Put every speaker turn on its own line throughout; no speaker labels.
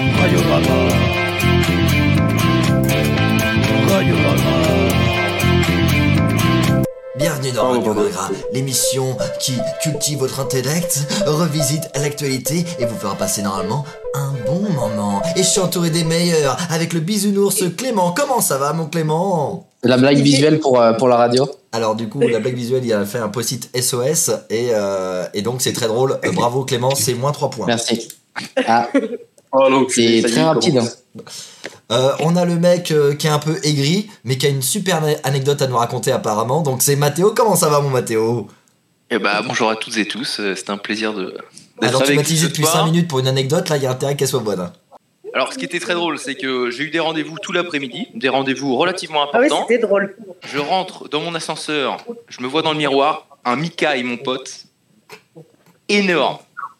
Rama. Radio Rama.
Bienvenue dans
Pardon,
Radio
pardon.
Gras, l'émission qui cultive votre intellect, revisite l'actualité et vous fera passer normalement un bon moment. Et je suis entouré des meilleurs avec le bisounours Clément. Comment ça va mon Clément
La blague visuelle pour, euh, pour la radio.
Alors du coup, la blague visuelle, il a fait un post-it SOS et, euh, et donc c'est très drôle. Euh, bravo Clément, c'est moins 3 points.
Merci. Ah,
Oh l'enculé,
c'est
ça y est,
très rapide. hein.
commence.
Euh, on a le mec euh, qui est un peu aigri mais qui a une super ane- anecdote à nous raconter apparemment. Donc c'est Mathéo. Comment ça va mon Mathéo
Eh bah, bonjour à toutes et tous, euh, c'est un plaisir de d'être
Alors tu m'as
avec
teasé
vous ce
depuis 5
soir.
minutes pour une anecdote, là il y a intérêt qu'elle soit bonne.
Alors ce qui était très drôle, c'est que j'ai eu des rendez-vous tout l'après-midi, des rendez-vous relativement
Ah oui,
importants.
c'était drôle.
je rentre dans mon ascenseur, je me vois dans le miroir, un Mika et mon pote, énorme.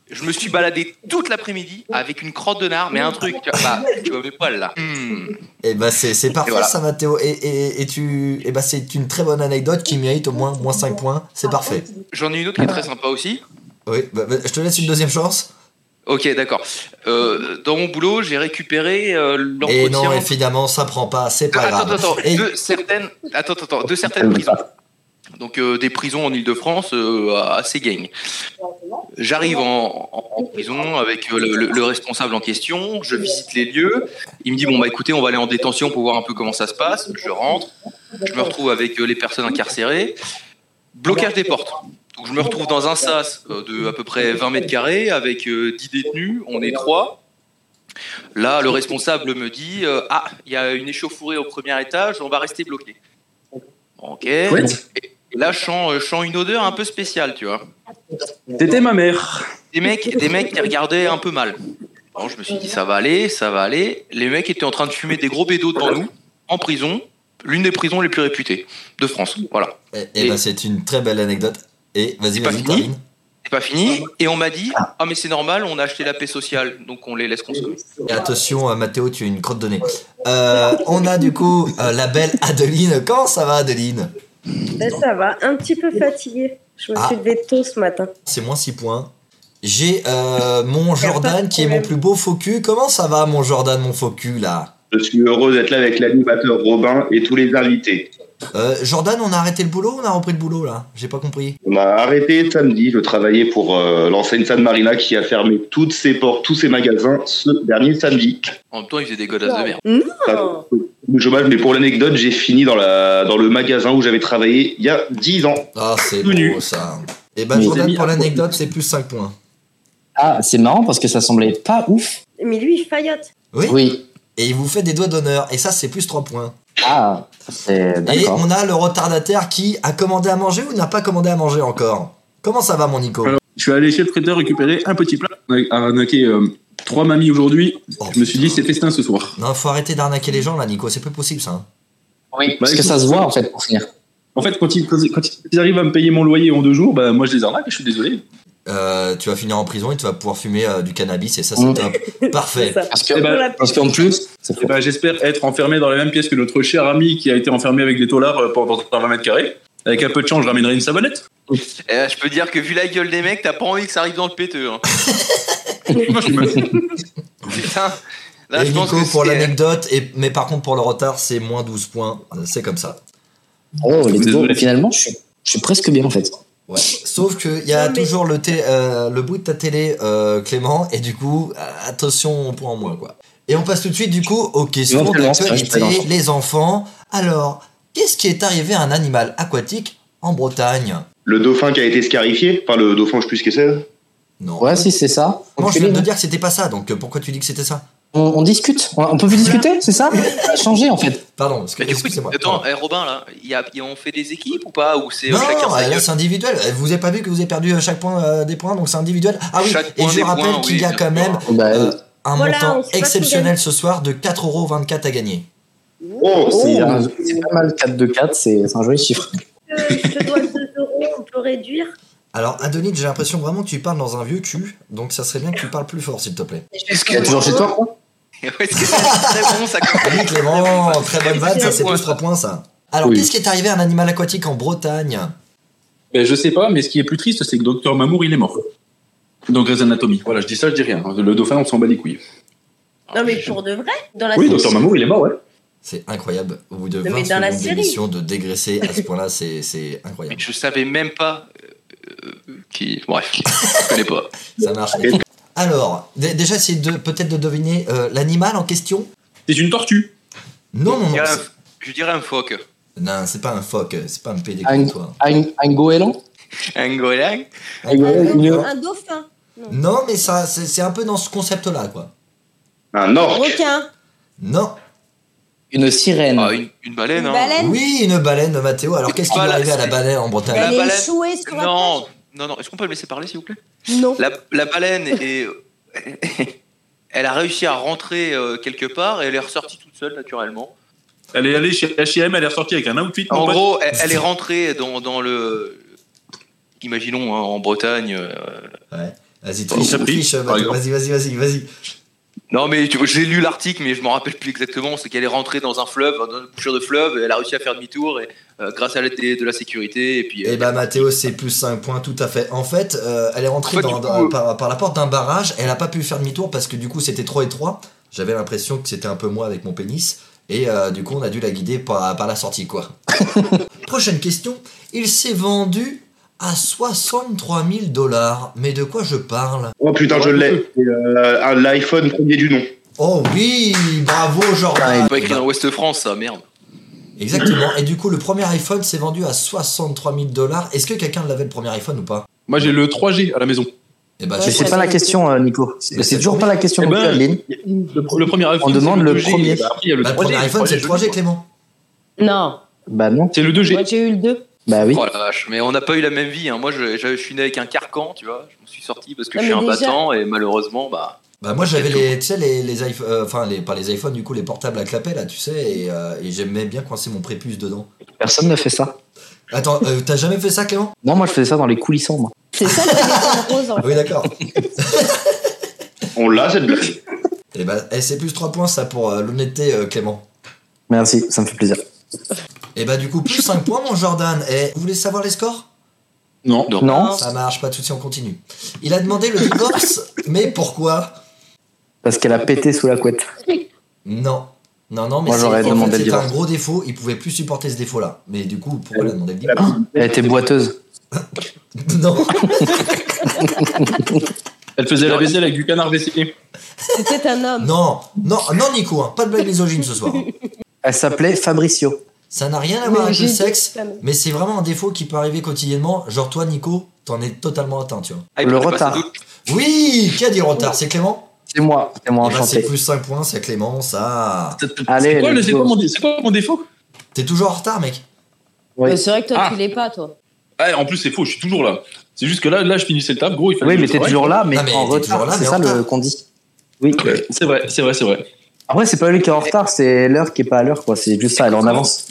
Je me suis baladé toute l'après-midi avec une crotte de nard, mais un truc, tu vois, bah, tu vois mes poils là. Hmm.
Et bah c'est c'est parfait
voilà.
ça Mathéo et, et, et tu et bah c'est une très bonne anecdote qui mérite au moins moins 5 points,
Ah,
c'est parfait.
J'en ai une autre qui est très sympa aussi.
Oui, bah, bah, je te laisse une deuxième chance.
Ok, d'accord. Euh, dans mon boulot, j'ai récupéré euh, l'entretien.
Et non, évidemment, ça prend pas, c'est pas
Ah, attends,
grave.
attends, attends.
Et-
De certaines, attends, attends, attends, de certaines prisons. Donc euh, des prisons en Ile-de-France euh, assez gang. J'arrive en, en- en prison avec euh, le, le- le responsable en question, je visite les lieux, il me dit bon bah écoutez on va aller en détention pour voir un peu comment ça se passe, je rentre, je me retrouve avec euh, les personnes incarcérées, blocage des portes. Donc je me retrouve dans un sas euh, de à peu près 20 mètres carrés avec euh, 10 détenus, on est trois. Là le responsable me dit euh, ah il y a une échauffourée au premier étage, on va rester bloqué. Ok. Et là, je sens, euh, je sens une odeur un peu spéciale, tu vois.
T'étais ma mère.
Des mecs, des mecs qui regardaient un peu mal. Bon, je me suis dit, ça va aller, ça va aller. Les mecs étaient en train de fumer des gros bédos devant nous, en prison, l'une des prisons les plus réputées de France. Voilà.
Et, et bah, c'est une très belle anecdote. Et vas-y,
C'est pas
vas-y,
fini
termine.
C'est pas fini. Et on m'a dit, ah, mais c'est normal, on a acheté la paix sociale, donc on les laisse consommer.
Et attention, euh, Mathéo, tu es une crotte de nez. Euh, on a du coup euh, la belle Adeline. Comment ça va, Adeline
Ben, ça va, un petit peu fatigué. Je me
Ah.
suis levée tôt ce matin.
C'est moins 6 points. J'ai euh, mon Jordan qui est mon plus beau faux cul. Comment ça va, mon Jordan, mon faux cul, là
Je suis heureux d'être là avec l'animateur Robin et tous les invités.
Euh, Jordan, on a arrêté le boulot, on a repris le boulot, là J'ai pas compris.
On a arrêté samedi, je travaillais pour euh, l'enseigne San Marina qui a fermé toutes ses portes, tous ses magasins ce dernier samedi.
En même temps, ils faisaient des godasses de merde.
Ça,
Non
c'est dommage, mais pour l'anecdote, j'ai fini dans, la, dans le magasin où j'avais travaillé il y a 10 ans.
Ah, c'est
Tout
beau,
nu.
ça. Et bah,
Mes
Jordan,
amis,
pour
à
l'anecdote, c'est plus 5 points.
Ah, c'est marrant parce que ça semblait pas ouf.
Mais lui, il faillotte.
Oui.
Oui.
Et il vous fait des doigts d'honneur. Et ça, c'est plus 3 points.
Ah, c'est
Et
d'accord.
on a le retardataire qui a commandé à manger ou n'a pas commandé à manger encore. Comment ça va, mon Nico
Alors, je suis allé chez le traiteur récupérer un petit plat. On a arnaqué euh, trois mamies aujourd'hui.
Oh,
Je me suis dit,
putain.
c'est festin ce soir.
Non, faut arrêter d'arnaquer les gens là, Nico, c'est plus possible ça. hein.
Oui, parce
Bah,
que
ils
ça se
sont-
voit en fait pour finir.
En fait, quand ils, quand ils- quand ils arrivent à me payer mon loyer en deux jours, bah, moi je les arnaque, je suis désolé.
Euh, tu vas finir en prison et tu vas pouvoir fumer euh, du cannabis et ça, c'est
Mm.
top. Parfait.
C'est ça.
Parce que
Eh ben,
Voilà.
parce qu'en plus, c'est
Eh ben, J'espère être enfermé dans la même pièce que notre cher ami qui a été enfermé avec des taulards euh, pendant 20 mètres carrés. Avec un peu de chance, je ramènerai une savonnette.
Et là, je peux dire que vu la gueule des mecs, t'as pas envie que ça arrive dans le péteux. hein.
Moi, je suis mal-
Putain. Là,
et
je pense
Nico,
que
pour
c'est-
l'anecdote, et... mais par contre, pour le retard, c'est moins 12 points. Euh, C'est comme ça.
Oh, les
Désolé.
deux, finalement, je suis, je suis presque bien en fait.
Ouais. Sauf qu'il y a
Non, mais-
toujours le, té- euh, le bout de ta télé, euh, Clément, et du coup, euh, attention, on prend en moins, quoi. Et on passe tout de suite, du coup, aux questions
Éventuellement, c'est vrai, je
d'actualité,
peux l'entendre.
les enfants. Alors, qu'est-ce qui est arrivé à un animal aquatique en Bretagne
Le dauphin qui a été scarifié, enfin le dauphin, je sais plus ce que c'est.
Non.
Ouais, si c'est ça.
Non,
on,
je viens de te dire que c'était pas ça, donc euh, pourquoi tu dis que c'était ça
on, on discute. On, on peut plus discuter, c'est ça Changer en fait.
Pardon, parce que-
euh, Mais du coup,
excusez-moi.
attends, eh, Robin, là, y a- y a- on fait des équipes ou pas Ou c'est euh,
Non,
chacun sa
euh, là
gueule
c'est individuel. Euh, Vous avez pas vu que vous avez perdu euh, chaque point euh, des points, donc c'est individuel. Ah oui,
Chaque
et
point
je
des
rappelle
points,
qu'il y
oui,
a
bien
quand
sûr.
même
Bah,
euh,
Ah,
un
Voilà, on
montant
sait pas qui
exceptionnel ce soir de 4,24€ à gagner.
Oh,
c'est
hein.
un- c'est pas mal 4 de 4, c'est c'est un joli chiffre.
Euh, Je te dois 2 euros, on peut réduire.
Alors, Adeline, j'ai l'impression vraiment que tu parles dans un vieux cul, donc ça serait bien que tu parles plus fort, s'il te plaît.
Il y a toujours chez toi quoi
Ouais, c'est très bon, ça
Ah
Oui,
commence.
Clément, très bonne vanne, ça c'est
Ouais.
plus 3 points, ça. Alors,
Oui.
qu'est-ce qui est arrivé à un animal aquatique en Bretagne
Ben, je sais pas, mais ce qui est plus triste, c'est que Docteur Mamour, il est mort. Dans Grey's Anatomy. Voilà, je dis ça, je dis rien. Le dauphin, on s'en bat les couilles.
Non, mais pour de vrai, dans la
Oui,
série.
Docteur Mamour, il est mort, ouais.
C'est incroyable. Au bout de
Mais
20
dans la
secondes
série.
d'émission, de dégraisser à ce point-là, c'est c'est
Mais
incroyable.
je savais même pas euh, euh, qui. Bref, je connais pas.
Ça marche. Alors, d- déjà, c'est de- peut-être de deviner euh, l'animal en question.
C'est une tortue.
Non, non,
Je
non.
dirais
c'est-
un- Je dirais un phoque.
Non, c'est pas un phoque, c'est pas un PD
Un-
comme toi.
Un, un goéland
Un goéland
Un goéland,
Un,
il est-
un dauphin.
Non, mais ça, c'est c'est un peu dans ce concept-là, quoi.
Un
Un
orque.
requin.
Non.
Une sirène.
Ah, une, une baleine,
Une
hein.
baleine.
Oui, une baleine, Mathéo. Alors, qu'est-ce qui va
Voilà,
arriver à la
c'est-
baleine en Bretagne
Elle
La
est
baleine.
échouée sur la
Non, non, non. Est-ce qu'on peut me laisser parler, s'il vous plaît
plage. Non.
la, la baleine est. Elle a réussi à rentrer euh, quelque part et elle est ressortie toute seule naturellement.
Elle est allée chez H&M, elle est ressortie avec un outfit. mon
En
pote.
gros, elle, elle est rentrée dans, dans le. Imaginons hein, en Bretagne. euh,
Vas-y,
Une
triche,
saprice,
triche,
par
Mathéo.
exemple.
Vas-y, vas-y, vas-y, vas-y.
Non, mais tu vois, j'ai lu l'article, mais je m'en rappelle plus exactement. C'est qu'elle est rentrée dans un fleuve, dans une bouchure de fleuve, et elle a réussi à faire demi-tour et, euh, grâce à l'aide des- de la sécurité. Et puis, euh,
Eh ben, Mathéo, c'est plus 5 points, tout à fait. En fait, euh, elle est rentrée
En fait,
dans-
du
dans-
coup,
par, par la porte d'un barrage. Elle a pas pu faire demi-tour parce que du coup, c'était 3 et 3. J'avais l'impression que c'était un peu moi avec mon pénis. Et euh, du coup, on a dû la guider par, par la sortie, quoi. Prochaine question. Il s'est vendu à 63 000 dollars. Mais de quoi je parle
Oh putain, je l'ai. C'est, euh, un- L'iPhone premier du nom.
Oh oui Bravo, Jordan
c'est Ah, pas écrit dans l'Ouest de France, ça, merde.
Exactement. Et du coup, le premier iPhone s'est vendu à 63 000 dollars. Est-ce que quelqu'un l'avait le premier iPhone ou pas
Moi, j'ai le 3G à la maison.
Eh ben,
Ouais,
Mais
je-
c'est pas la question, euh, Nico. Mais c'est toujours pas la question,
Eh
non plus,
ben,
Adeline.
Le, pr- le premier
On
iPhone.
demande
c'est
le
2G,
premier.
et bah, après, il y a le
Bah, le
3G,
premier iPhone, c'est le
je
3G,
crois.
Clément.
Non,
Bah non.
C'est le 2G.
moi j'ai eu le 2.
Bah oui.
Oh la vache, mais on n'a pas eu la même vie. hein. Moi, je, je- je suis né avec un carcan, tu vois. Je me suis sorti parce que
Non,
je suis un
mais déjà-
battant et malheureusement, bah.
Bah moi j'avais
Et tout.
les, tu sais, les, les iPhones, euh, enfin les, pas les iPhones du coup, les portables à clapet là, tu sais, et, euh, et j'aimais bien coincer mon prépuce dedans.
Personne ne fait ça.
Attends, euh, t'as jamais fait ça Clément
Non, moi je faisais ça dans les coulissons, moi.
C'est ça le téléphone rose en
Ah
fait.
Oui d'accord.
On l'a cette blague.
et bah eh, c'est plus 3 points ça pour euh, l'honnêteté euh, Clément.
Merci, ça me fait plaisir.
Et bah du coup plus 5 points mon Jordan. Et vous voulez savoir les scores
Non.
Non.
Non,
Ça marche, pas de souci, on continue. Il a demandé le divorce, mais pourquoi
parce qu'elle a pété sous la couette.
Non. Non, non, mais
Moi,
c'est-
j'aurais
en fait,
demandé le
c'était
divorce.
un gros défaut, il pouvait plus supporter ce défaut-là. Mais du coup, pourquoi il a demandé le divorce
Elle était boiteuse.
Non,
Elle faisait la vaisselle avec du canard WC.
C'était un homme.
non, non, non Nico, hein, pas de blague misogyne ce soir. hein.
Elle s'appelait Fabricio.
Ça n'a rien à voir
Mais
avec le
j'ai dit-
sexe, Mais c'est vraiment un défaut qui peut arriver quotidiennement. Genre toi, Nico, t'en es totalement atteint, tu vois.
Ah, il
Le
faut
retard.
passer d'autres-
Oui Qui a dit retard C'est Clément
C'est moi, c'est moi
Eh ben, C'est
enchanté.
plus 5 points, c'est Clément, ça...
Allez,
C'est quoi, le-
let's
c'est
go.
quoi mon dé- c'est quoi mon défaut
T'es toujours en retard, mec
Oui.
Mais c'est vrai que toi
Ah.
tu l'es pas toi.
Ah, En plus, c'est faux, je suis toujours là. C'est juste que là, là je finissais le taf, gros. Il fallait
Oui,
que
mais
je
t'es
travaille.
toujours là, mais
Ah, mais
en
t'es toujours
retard.
là,
C'est
mais
ça
en
le
retard.
qu'on dit. Oui.
Ouais, C'est vrai, c'est vrai, c'est vrai.
Après, c'est pas lui qui est en retard, c'est l'heure qui est pas à l'heure, quoi. C'est juste ça, elle est en avance.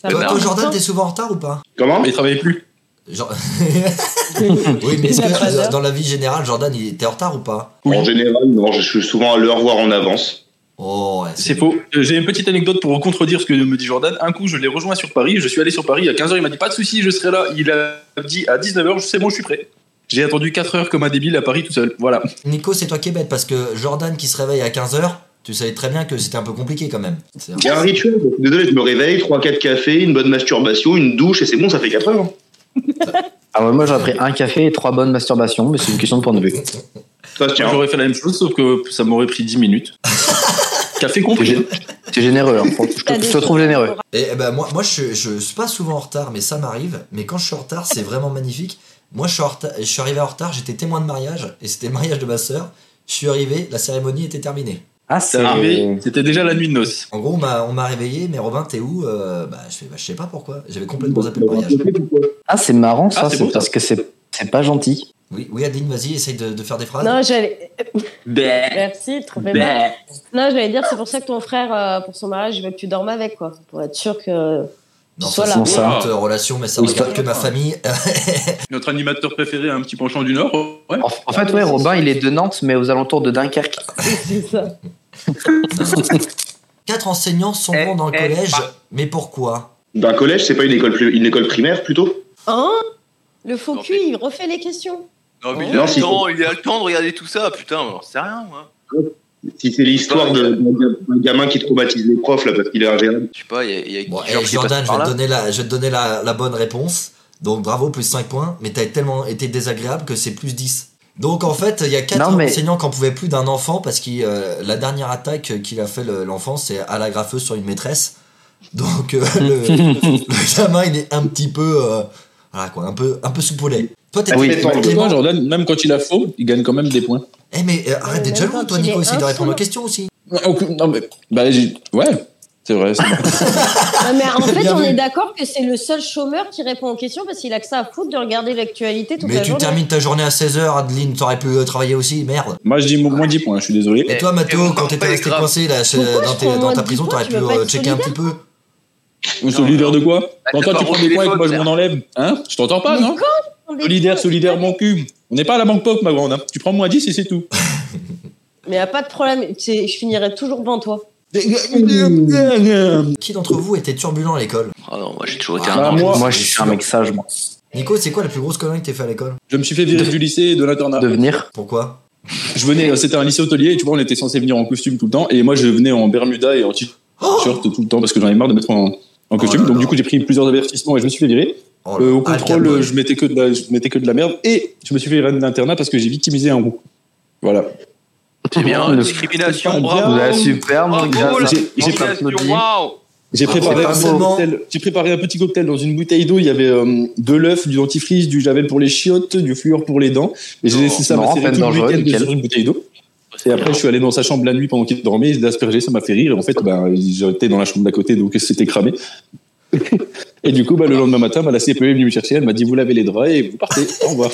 Ça
Toi,
me
toi,
fait
bah, Jordan,
longtemps.
t'es souvent en retard ou pas
Comment
Mais il travaillait plus.
Genre- Oui, mais est-ce
Il a pas
que
d'heure.
dans la vie générale, Jordan, il était en retard ou pas
En général, non, je suis souvent à l'heure, voire en avance.
Oh, ouais,
C'est faux. Euh, J'ai une petite anecdote pour contredire ce que me dit Jordan. Un coup, je l'ai rejoint sur Paris. Je suis allé sur Paris à 15h. Il m'a dit pas de souci, je serai là. Il a dit à 19h, c'est bon, je suis prêt. J'ai attendu 4 heures comme un débile à Paris tout seul. Voilà.
Nico, c'est toi qui es bête, parce que Jordan qui se réveille à 15h, tu savais très bien que c'était un peu compliqué quand même. C'est-
Il y a un rituel. Désolé, je me réveille, 3-4 cafés, une bonne masturbation, une douche, et c'est bon, ça fait 4 heures.
Ah ouais, moi j'aurais pris un café et trois bonnes masturbations, mais c'est une question de point de vue.
Ça se tient.
J'aurais fait la même chose, sauf que ça m'aurait pris 10 minutes. Café compris.
C'est généreux, hein. Franchement, je te- je te trouve généreux.
Et eh ben moi, moi je, je suis pas souvent en retard, mais ça m'arrive. Mais quand je suis en retard, c'est vraiment magnifique. Moi, je suis, en reta- je suis arrivé en retard, j'étais témoin de mariage, et c'était le mariage de ma sœur. Je suis arrivé, la cérémonie était terminée.
Ah,
C'est
c'est.
arrivé, c'était déjà la nuit de noces.
En gros, on m'a on m'a réveillé, mais Robin, t'es où Euh, Bah, je fais, bah, je sais pas pourquoi. J'avais complètement zappé le mariage.
Ah, c'est marrant ça,
Ah, c'est
c'est
beau,
parce que c'est c'est pas gentil.
Oui, oui Adeline, vas-y, essaye de, de faire des phrases.
Non, j'allais.
Bah,
Merci, trop bien.
bah.
Non, j'allais dire, c'est pour ça que ton frère, euh, pour son mariage, il veut que tu dormes avec, quoi. Pour être sûr que.
Non,
Voilà.
ça, c'est une
Wow.
autre relation, mais ça
Oui,
regarde
ça-
que ma famille. Euh,
Notre animateur préféré a un petit penchant du Nord. Ouais.
En, en fait, ouais, Robin, il est de Nantes, mais aux alentours de Dunkerque.
C'est ça.
Quatre enseignants sont
Eh,
bons dans le
eh,
collège, mais pourquoi
D'un collège, c'est pas une école, plus- une écul primaire plutôt
Hein Le faux
Non,
cul,
mais-
il refait les questions.
Non, mais
Non,
il, a
si.
le temps, il a le temps de regarder tout ça. Putain, j'en sais rien, moi.
Si c'est l'histoire de- d'un gamin qui traumatise les profs, là, parce qu'il est ingérable.
Je sais pas, il y a- il y a
Bon,
qui-
eh,
genre qui
Jordan,
passe
je vais,
par
te
là.
donner la, je vais te donner la, la bonne réponse. Donc bravo, plus 5 points, mais t'as tellement été désagréable que c'est plus 10. Donc en fait, il y a 4
Non, mais-
enseignants qui en pouvaient plus d'un enfant parce que la dernière attaque qu'il a fait le- l'enfant, c'est à la graffeuse sur une maîtresse. Donc euh, le, le gamin, il est un petit peu. euh, voilà quoi, un peu, un peu soupolé. Toi, t'es
Ah oui,
Clément-
Tu vois, Jordan, même quand il a faux, il gagne quand même des points.
Eh, mais euh, arrête d'être
Même
jaloux,
quand
toi,
il
Nico,
est
essaye de répondre aux
insolent.
questions aussi.
Ouais, aucune- Non, mais. Bah, j'ai- ouais, c'est vrai. c'est vrai.
Ouais, mais en fait,
Bien
on
vu.
est d'accord que c'est le seul chômeur qui répond aux questions parce qu'il a que ça à foutre de regarder l'actualité toute
Mais
la
tu
journée.
termines ta journée à 16h, Adeline, t'aurais pu euh, travailler aussi, merde.
Moi, je dis mo- moins 10 points, je suis désolé.
Et
Eh,
toi, Mathéo,
eh,
quand t'étais
pas
resté
grave.
coincé là, chez-
Pourquoi je
dans, tes-
prends
dans ta
moins de
prison,
dix
t'aurais
points,
pu
tu veux pas
euh,
être
checker un
solidaire
petit peu.
On est solidaire de quoi Quand toi,
Bah, t'as pas
tu prends des points et que moi, je
remis les
m'en enlève. Hein Je t'entends pas,
Mais
non
quand on est-
Solidaire, solidaire, mon cul. On n'est pas à la banque pop, ma grande. hein. Tu prends moins 10 et c'est tout.
Mais y a pas de problème, c'est- je finirai toujours devant toi.
Qui d'entre vous était turbulent à l'école
Ah non, moi j'ai toujours été
Ah,
un
bah,
ange.
moi-
Moi, je suis un mec sage, moi.
Nico, c'est quoi la plus grosse connerie que t'es fait à l'école
Je me suis fait virer du lycée et de l'internat.
Devenir.
Pourquoi
Je venais, euh, c'était un lycée hôtelier, et tu vois, on était censé venir en costume tout le temps, et moi je venais en Bermuda et en t-shirt
Oh
tout le temps parce que j'en ai marre de mettre en, en costume.
Oh là
Donc
là.
du coup, j'ai pris plusieurs avertissements et je me suis fait virer.
Oh
Euh, au
là, Al
contrôle,
Capone.
euh, je mettais que de la, je mettais que de la merde et je me suis fait virer de l'internat parce que j'ai victimisé un groupe. Voilà.
Ah,
C'est bien,
Le-
discrimination,
Bien.
bravo.
Ah,
Ouais, super, mon gars.
Bravo, la
ça.
J'ai- j'ai pas
discrimination, waouh.
J'ai préparé,
Ah,
un
c'est pas
cocktail- j'ai préparé un petit cocktail dans une bouteille d'eau. Il y avait euh, de l'œuf, du dentifrice, du javel pour les chiottes, du fluor pour les dents. Et j'ai
Non,
laissé ça
non,
macérer
peine
tout le
dangereuse,
week-end
nickel.
sur une bouteille d'eau. Et après, je suis allé dans sa chambre la nuit pendant qu'il dormait. Je l'ai aspergé, ça m'a fait rire. Et en fait, ben, j'étais dans la chambre d'à côté, donc c'était cramé. et du coup, bah, le lendemain matin, bah, la CPE est venue me chercher. Elle m'a dit Vous lavez les draps et vous partez. Au revoir.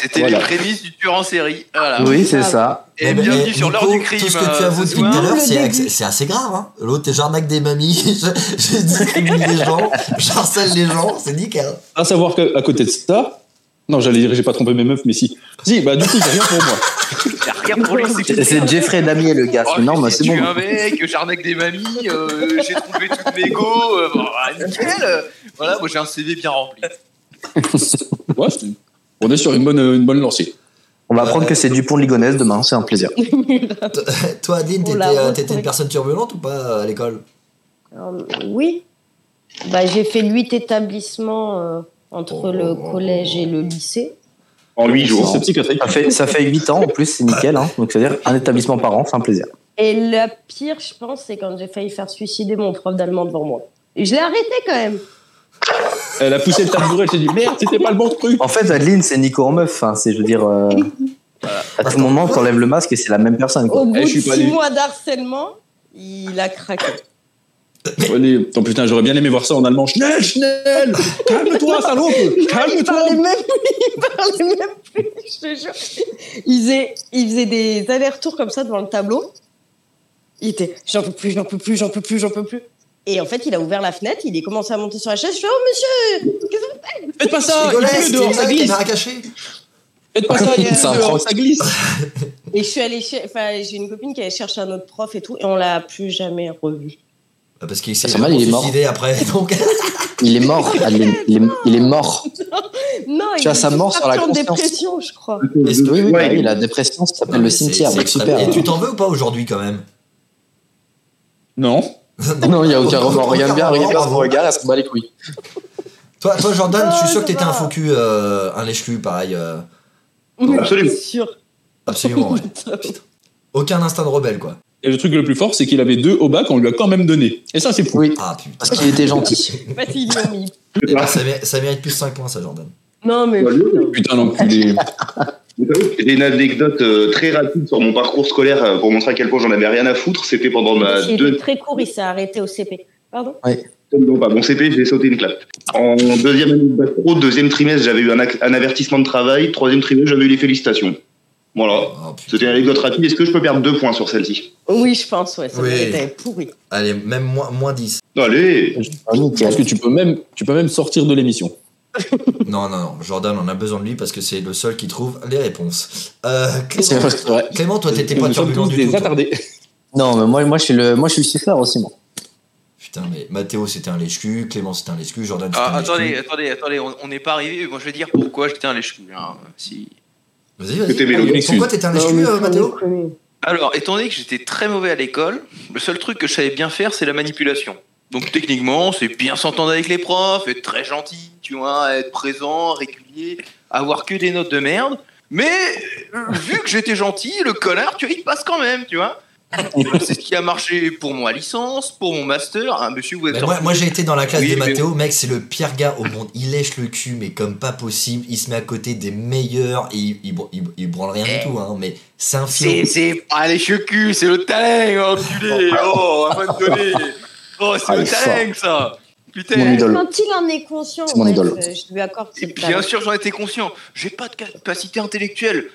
C'était
Voilà.
les prémices du tueur en série. Voilà.
Oui, c'est
Ah.
ça.
Et
Non, mais,
bienvenue
eh,
sur l'heure
Nico,
du crime.
Tout ce que tu
euh,
avoues
ce
depuis tout à
soir.
l'heure, c'est
Le
ac-
début.
c'est assez grave. Hein L'autre, t'es j'arnaque des mamies, je, je discrimine les gens, j'harcèle les gens, c'est nickel.
À savoir qu'à côté de ça, non, j'allais dire J'ai pas trompé mes meufs, mais si. Si, bah, du coup, j'ai rien pour moi.
Y a rien pour les
C'est c'est Jeffrey Damier, le gars.
Oh,
non,
j'ai
mais c'est bon.
tué un mec, j'arnaque des mamies, euh, j'ai trouvé toutes mes go, euh, bon, ah, nickel. Voilà, moi j'ai un CV bien rempli.
Ouais, c'est- on est sur une bonne, une bonne lancée.
On va apprendre que c'est Dupont de Ligonnès demain. C'est un plaisir.
Toi, Adeline,
Oh On
t'étais
l'a
euh,
retrouvé.
t'étais une personne turbulente ou pas euh, à l'école
Euh, oui. Bah, j'ai fait huit établissements euh, entre
Oh.
le collège et le lycée.
En 8
C'est-
jours.
C'est psychiatrique.
Ça fait, ça fait 8 ans en plus, c'est nickel. Hein. Donc, c'est-à-dire un établissement par an, c'est un plaisir.
Et la pire, je pense, c'est quand j'ai failli faire suicider mon prof d'allemand devant moi. Et je l'ai arrêté quand même.
Elle a poussé le tabouret, elle s'est dit Merde, c'était pas le bon truc.
En fait, Adeline, c'est Nico en meuf. hein. C'est, je veux dire, euh, à tout moment, t'enlèves le masque et c'est la même personne. Quoi.
Au bout
je
de
suis pas
six
allé.
mois d'harcèlement, il a craqué.
Allez, oh, putain, j'aurais bien aimé voir ça en allemand. Schnell, schnell Calme-toi, salope
Ah,
Il
Calme-toi
parlait même plus, il parlait même plus, je te jure. Il faisait, il faisait des allers-retours comme ça devant le tableau. Il était j'en peux plus, j'en peux plus, j'en peux plus, j'en peux plus. Et en fait, il a ouvert la fenêtre, il est commencé à monter sur la chaise. Je fais Oh monsieur, qu'est-ce que
Faites pas
Oh,
ça
Nicolas,
Il pleut
c'était
dehors,
une
ça
blague,
glisse
caméra cachée.
Faites pas ça, il pleut
C'est un
dehors,
prank.
ça glisse
vous faites Et je suis allée chez, enfin, j'ai une copine qui allait chercher un autre prof et tout, et on l'a plus jamais revu.
Ah, Parce qu'il s'est
Ça va, il est mort.
suicidé après, donc.
Il est mort, Adeline. Il est, il est mort.
Non,
Tu
il
as sa
est
mort sur
parti
la
en
conscience.
dépression, je crois.
Oui, oui,
Ouais,
bah oui, la dépression, ça s'appelle le
C'est-
cimetière.
c'est
donc super. hein.
extrême. Et tu t'en veux ou pas aujourd'hui quand même
Non
Non, il n'y a aucun remords.
Aucun
Regarde bien, regarde bien
remords,
son
bravo.
regard, elle se bat les couilles.
Toi, toi, Jordan, je suis
Oh,
sûr que
ça
t'étais
va.
un faux cul, euh, un lèche-cul, pareil. euh,
Absolument.
C'est sûr.
absolument, ouais. Aucun instinct de rebelle, quoi.
Et le truc le plus fort, c'est qu'il avait deux au bac, on lui a quand même donné. Et ça, c'est fou.
Oui,
Ah putain.
parce qu'il était gentil.
Pas si ils l'ont mis.
Eh
Ah,
ben, ça, mé- ça mérite plus 5 points, ça, Jordan.
Non,
Bah,
mais.
Putain, l'enculé.
J'ai une anecdote euh, très rapide sur mon parcours scolaire euh, pour montrer à quel point j'en avais rien à foutre. C'était pendant ma
Il était
deux...
très court, il s'est arrêté au CP. Pardon
non, pas mon CP, j'ai sauté une claque. En deuxième année de bac pro, deuxième trimestre, j'avais eu un, ac- un avertissement de travail. Troisième trimestre, j'avais eu les félicitations. Voilà.
Oh, putain.
C'était une anecdote rapide. Est-ce que je peux perdre deux points sur celle-ci
Oui, je pense, ouais. Ça
Oui.
était pourri.
Allez, même moins, moins 10.
Allez
Ah,
Je pense que
nickel.
tu peux même, tu peux même sortir de l'émission.
non, non, non. Jordan, on a besoin de lui parce que c'est le seul qui trouve les réponses. Euh,
C'est
Clément,
vrai.
C'est vrai.
Clément, toi, t'étais pas
Nous sommes
turbulent
tous
du
des
tout. toi.
attardés.
Non, mais moi, moi, je suis le, moi, je suis le siffleur aussi, moi.
Putain, mais Mathéo, c'était un lèche-cul. Clément, c'était un lèche-cul. Jordan, c'était
Ah,
un
attendez,
lèche-cul.
attendez, attendez, on on n'est pas arrivé. Moi je vais dire pourquoi j'étais un lèche-cul. hein, si.
Vas-y, vas-y.
C'était mes
Une excuse.
Pourquoi t'étais un lèche-cul, euh, Mathéo
Alors, étant donné que j'étais très mauvais à l'école, le seul truc que je savais bien faire, c'est la manipulation. Donc techniquement, c'est bien s'entendre avec les profs, être très gentil, tu vois, être présent, régulier, avoir que des notes de merde. Mais euh, vu que j'étais gentil, le connard, tu vois, il passe quand même, tu vois. C'est ce qui a marché pour moi licence, pour mon master. Hein, monsieur, vous êtes
Mais
Bah,
moi,
sorti-
moi, j'ai été dans la classe
Oui,
des
mais-
Mathéo, mec, c'est le pire gars au monde. Il lèche le cul, mais comme pas possible. Il se met à côté des meilleurs et il, il, br- il- il branle rien
Eh.
du tout, hein. Mais c'est un film.
C'est, c'est pas les checus, c'est le talent, enculé. Oh, à me donner. Oh, c'est
Ah, il
le
est
talent, ça.
Mon
Putain.
idole.
Quand il en est conscient,
C'est mon
ouais,
idole.
je, je lui accorde.
Et
cette
bien
place.
sûr, j'en étais conscient. J'ai pas de capacité intellectuelle.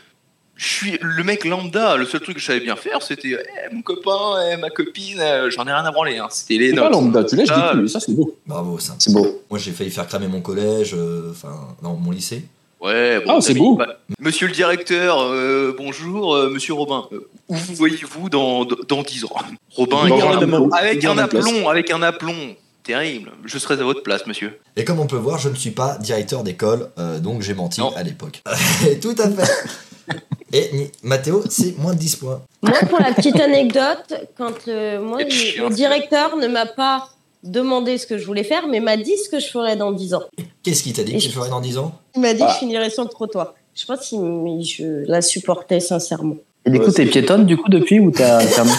Je suis le mec lambda. Le seul truc que je savais bien faire, c'était eh, mon copain, eh, ma copine. euh, J'en ai rien à branler. hein. C'était les
C'est pas
notes.
lambda, tu lèches
Ah.
du cul, et ça c'est beau.
Bravo, ça.
C'est beau.
Moi, j'ai failli faire cramer mon collège, euh, enfin, non, mon lycée.
Ouais, bon,
Ah, c'est
t'as
beau.
mis- bah, Monsieur le directeur, euh, bonjour. euh, monsieur Robin, euh, où vous voyez-vous dans, dans 10 ans Robin,
Dans
avec un
la même-
aplomb, avec
dans
un
la même place.
aplomb, avec un aplomb. Terrible. Je serais à votre place, monsieur.
Et comme on peut voir, je ne suis pas directeur d'école, euh, donc j'ai menti
Non.
à l'époque. Tout à fait. Et ni- Mathéo, c'est moins de 10 points.
Moi, pour la petite anecdote, quand le, moi,
Quel
le,
chien.
le directeur ne m'a pas demandé ce que je voulais faire, mais m'a dit ce que je ferais dans 10 ans.
Qu'est-ce qu'il t'a dit
Et
que tu
je-
ferais dans 10 ans
Il m'a dit que
Ah.
je finirais sur le trottoir. Je pense que je la supportais sincèrement.
Et du coup, t'es piétonne, du coup, depuis, ou t'as fermé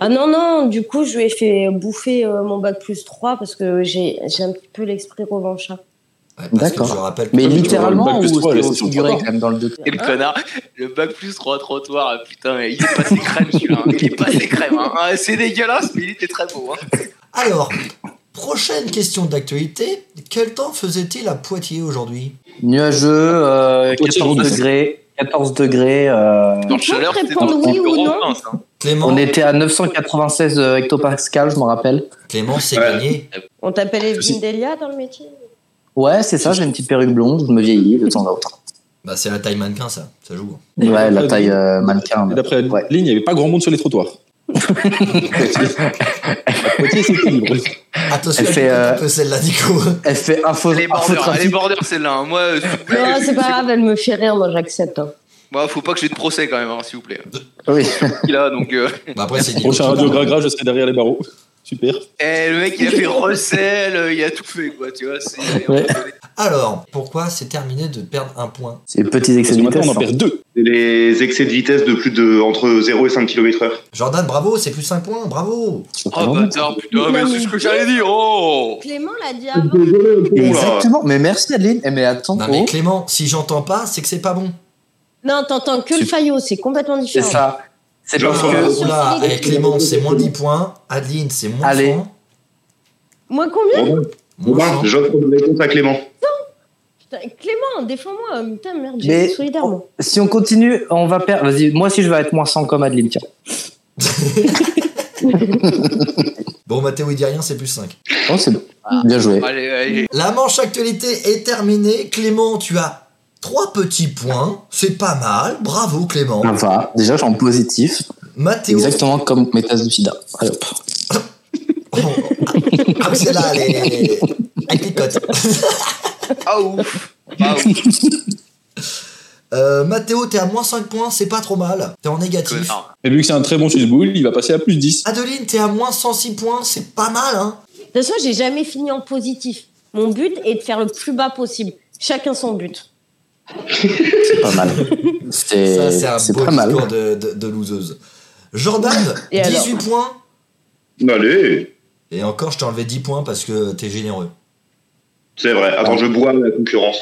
Ah non, non, du coup, je lui ai fait bouffer euh, mon bac plus 3 parce que j'ai j'ai un petit peu l'esprit revanchard.
Ouais, parce que
D'accord.
Je rappelle que
Mais
je-
littéralement,
bac
ou
plus trois,
c'était
elle
au
est sur le
figuré
trottoir.
quand même dans le deux
Et le connard, le bac plus 3 trottoir, putain, il est passé crème celui-là. hein. Il est passé crème. hein. Ah, C'est dégueulasse, mais il était très beau. hein.
Alors, prochaine question d'actualité. Quel temps faisait-il à Poitiers aujourd'hui
Nuageux, euh,
Poitiers,
14
Jourdain.
degrés, 14 degrés. euh,
Dans le chaleur, c'était
répondre
dans-
oui
dans
ou
le
non
Provence, hein.
Clément,
on était à 996 euh, hectopascal, je m'en rappelle.
Clément s'est
Ouais.
gagné.
On t'appelle
Si.
Evelyne Delia dans le métier
Ouais, c'est ça, j'ai une petite perruque blonde, je me vieillis de temps en temps.
Bah, c'est la taille mannequin, ça. Ça joue. hein.
Ouais, la taille euh, mannequin.
Et d'après la
Ouais.
ligne, il n'y avait pas grand monde sur les trottoirs. À Poitiers, c'était libre.
Attention,
Elle
elle
fait,
est
euh,
un peu celle-là, Nico.
Elle fait info,
Elle est border, elle est
infotrafic.
border celle-là. hein. Moi, euh, s'il vous plaît,
Non,
je-
c'est pas grave, elle me fait rire, moi j'accepte. hein.
Moi, faut pas que j'ai de procès quand même, hein, s'il vous plaît.
Oui.
Il a donc. euh,
Bah, après, c'est Nico
Prochain
qui
radio
parle.
gras je serai derrière les barreaux. Super.
Eh, le mec, il a fait recel, euh, il a tout fait, quoi, tu vois. c'est-
Ouais.
Alors, pourquoi c'est terminé de perdre un point
C'est petits excès de
Parce que maintenant,
vitesse.
on en perd deux.
C'est les excès de vitesse de plus de entre 0 et 5 km/h.
Jordan, bravo, c'est plus 5 points, bravo
hein.
Oh, bâtard, putain, mais c'est ce que j'allais dire, oh
Clément l'a dit avant.
Oh
Exactement, mais merci Adeline. Eh, Mais attends,
Non mais
oh,
Clément, si j'entends pas, c'est que c'est pas bon.
Non, t'entends que le
C'est-
faillot, c'est complètement
c'est
différent.
ça. C'est
Genre,
parce
Oh
euh,
que.
là, eh, Clément, c'est moins 10 points. Adeline, c'est moins
Allez.
100.
Moi combien
Robin,
Moins
Robin,
100.
j'offre une réponse à Clément.
Putain, Clément, défends-moi. Putain, merde,
Mais-
j'ai été solidaire. moi.
Si on continue, on va perdre. Vas-y, moi aussi, je vais être moins 100 comme Adeline, tiens.
Bon, Mathéo, il dit rien, c'est plus 5.
Oh, c'est bon. Bien joué.
Allez, allez.
La manche actualité est terminée. Clément, tu as 3 petits points. C'est pas mal. Bravo, Clément.
Ça va. Déjà, je suis en positif.
Mathéo,
Exactement comme mes tasses de sida. Allez, hop.
oh, comme celle-là, elle est... Elle picote.
Ah ouf Ah ouf,
Euh, Mathéo, t'es à moins 5 points, c'est pas trop mal. T'es en négatif.
connard.
Et vu que c'est un très bon boule, il va passer à plus 10.
Adeline, t'es à moins 106 points, c'est pas mal, hein
De toute façon, j'ai jamais fini en positif. Mon but est de faire le plus bas possible. Chacun son but.
C'est pas mal.
Ça,
C'est
c'est un
c'est
beau
pas mal.
discours de, de, de loseuse. Jordan,
Et
18
alors
points.
Allez,
Et encore, je t'ai enlevé 10 points parce que t'es généreux.
c'est vrai. Attends, je bois la concurrence.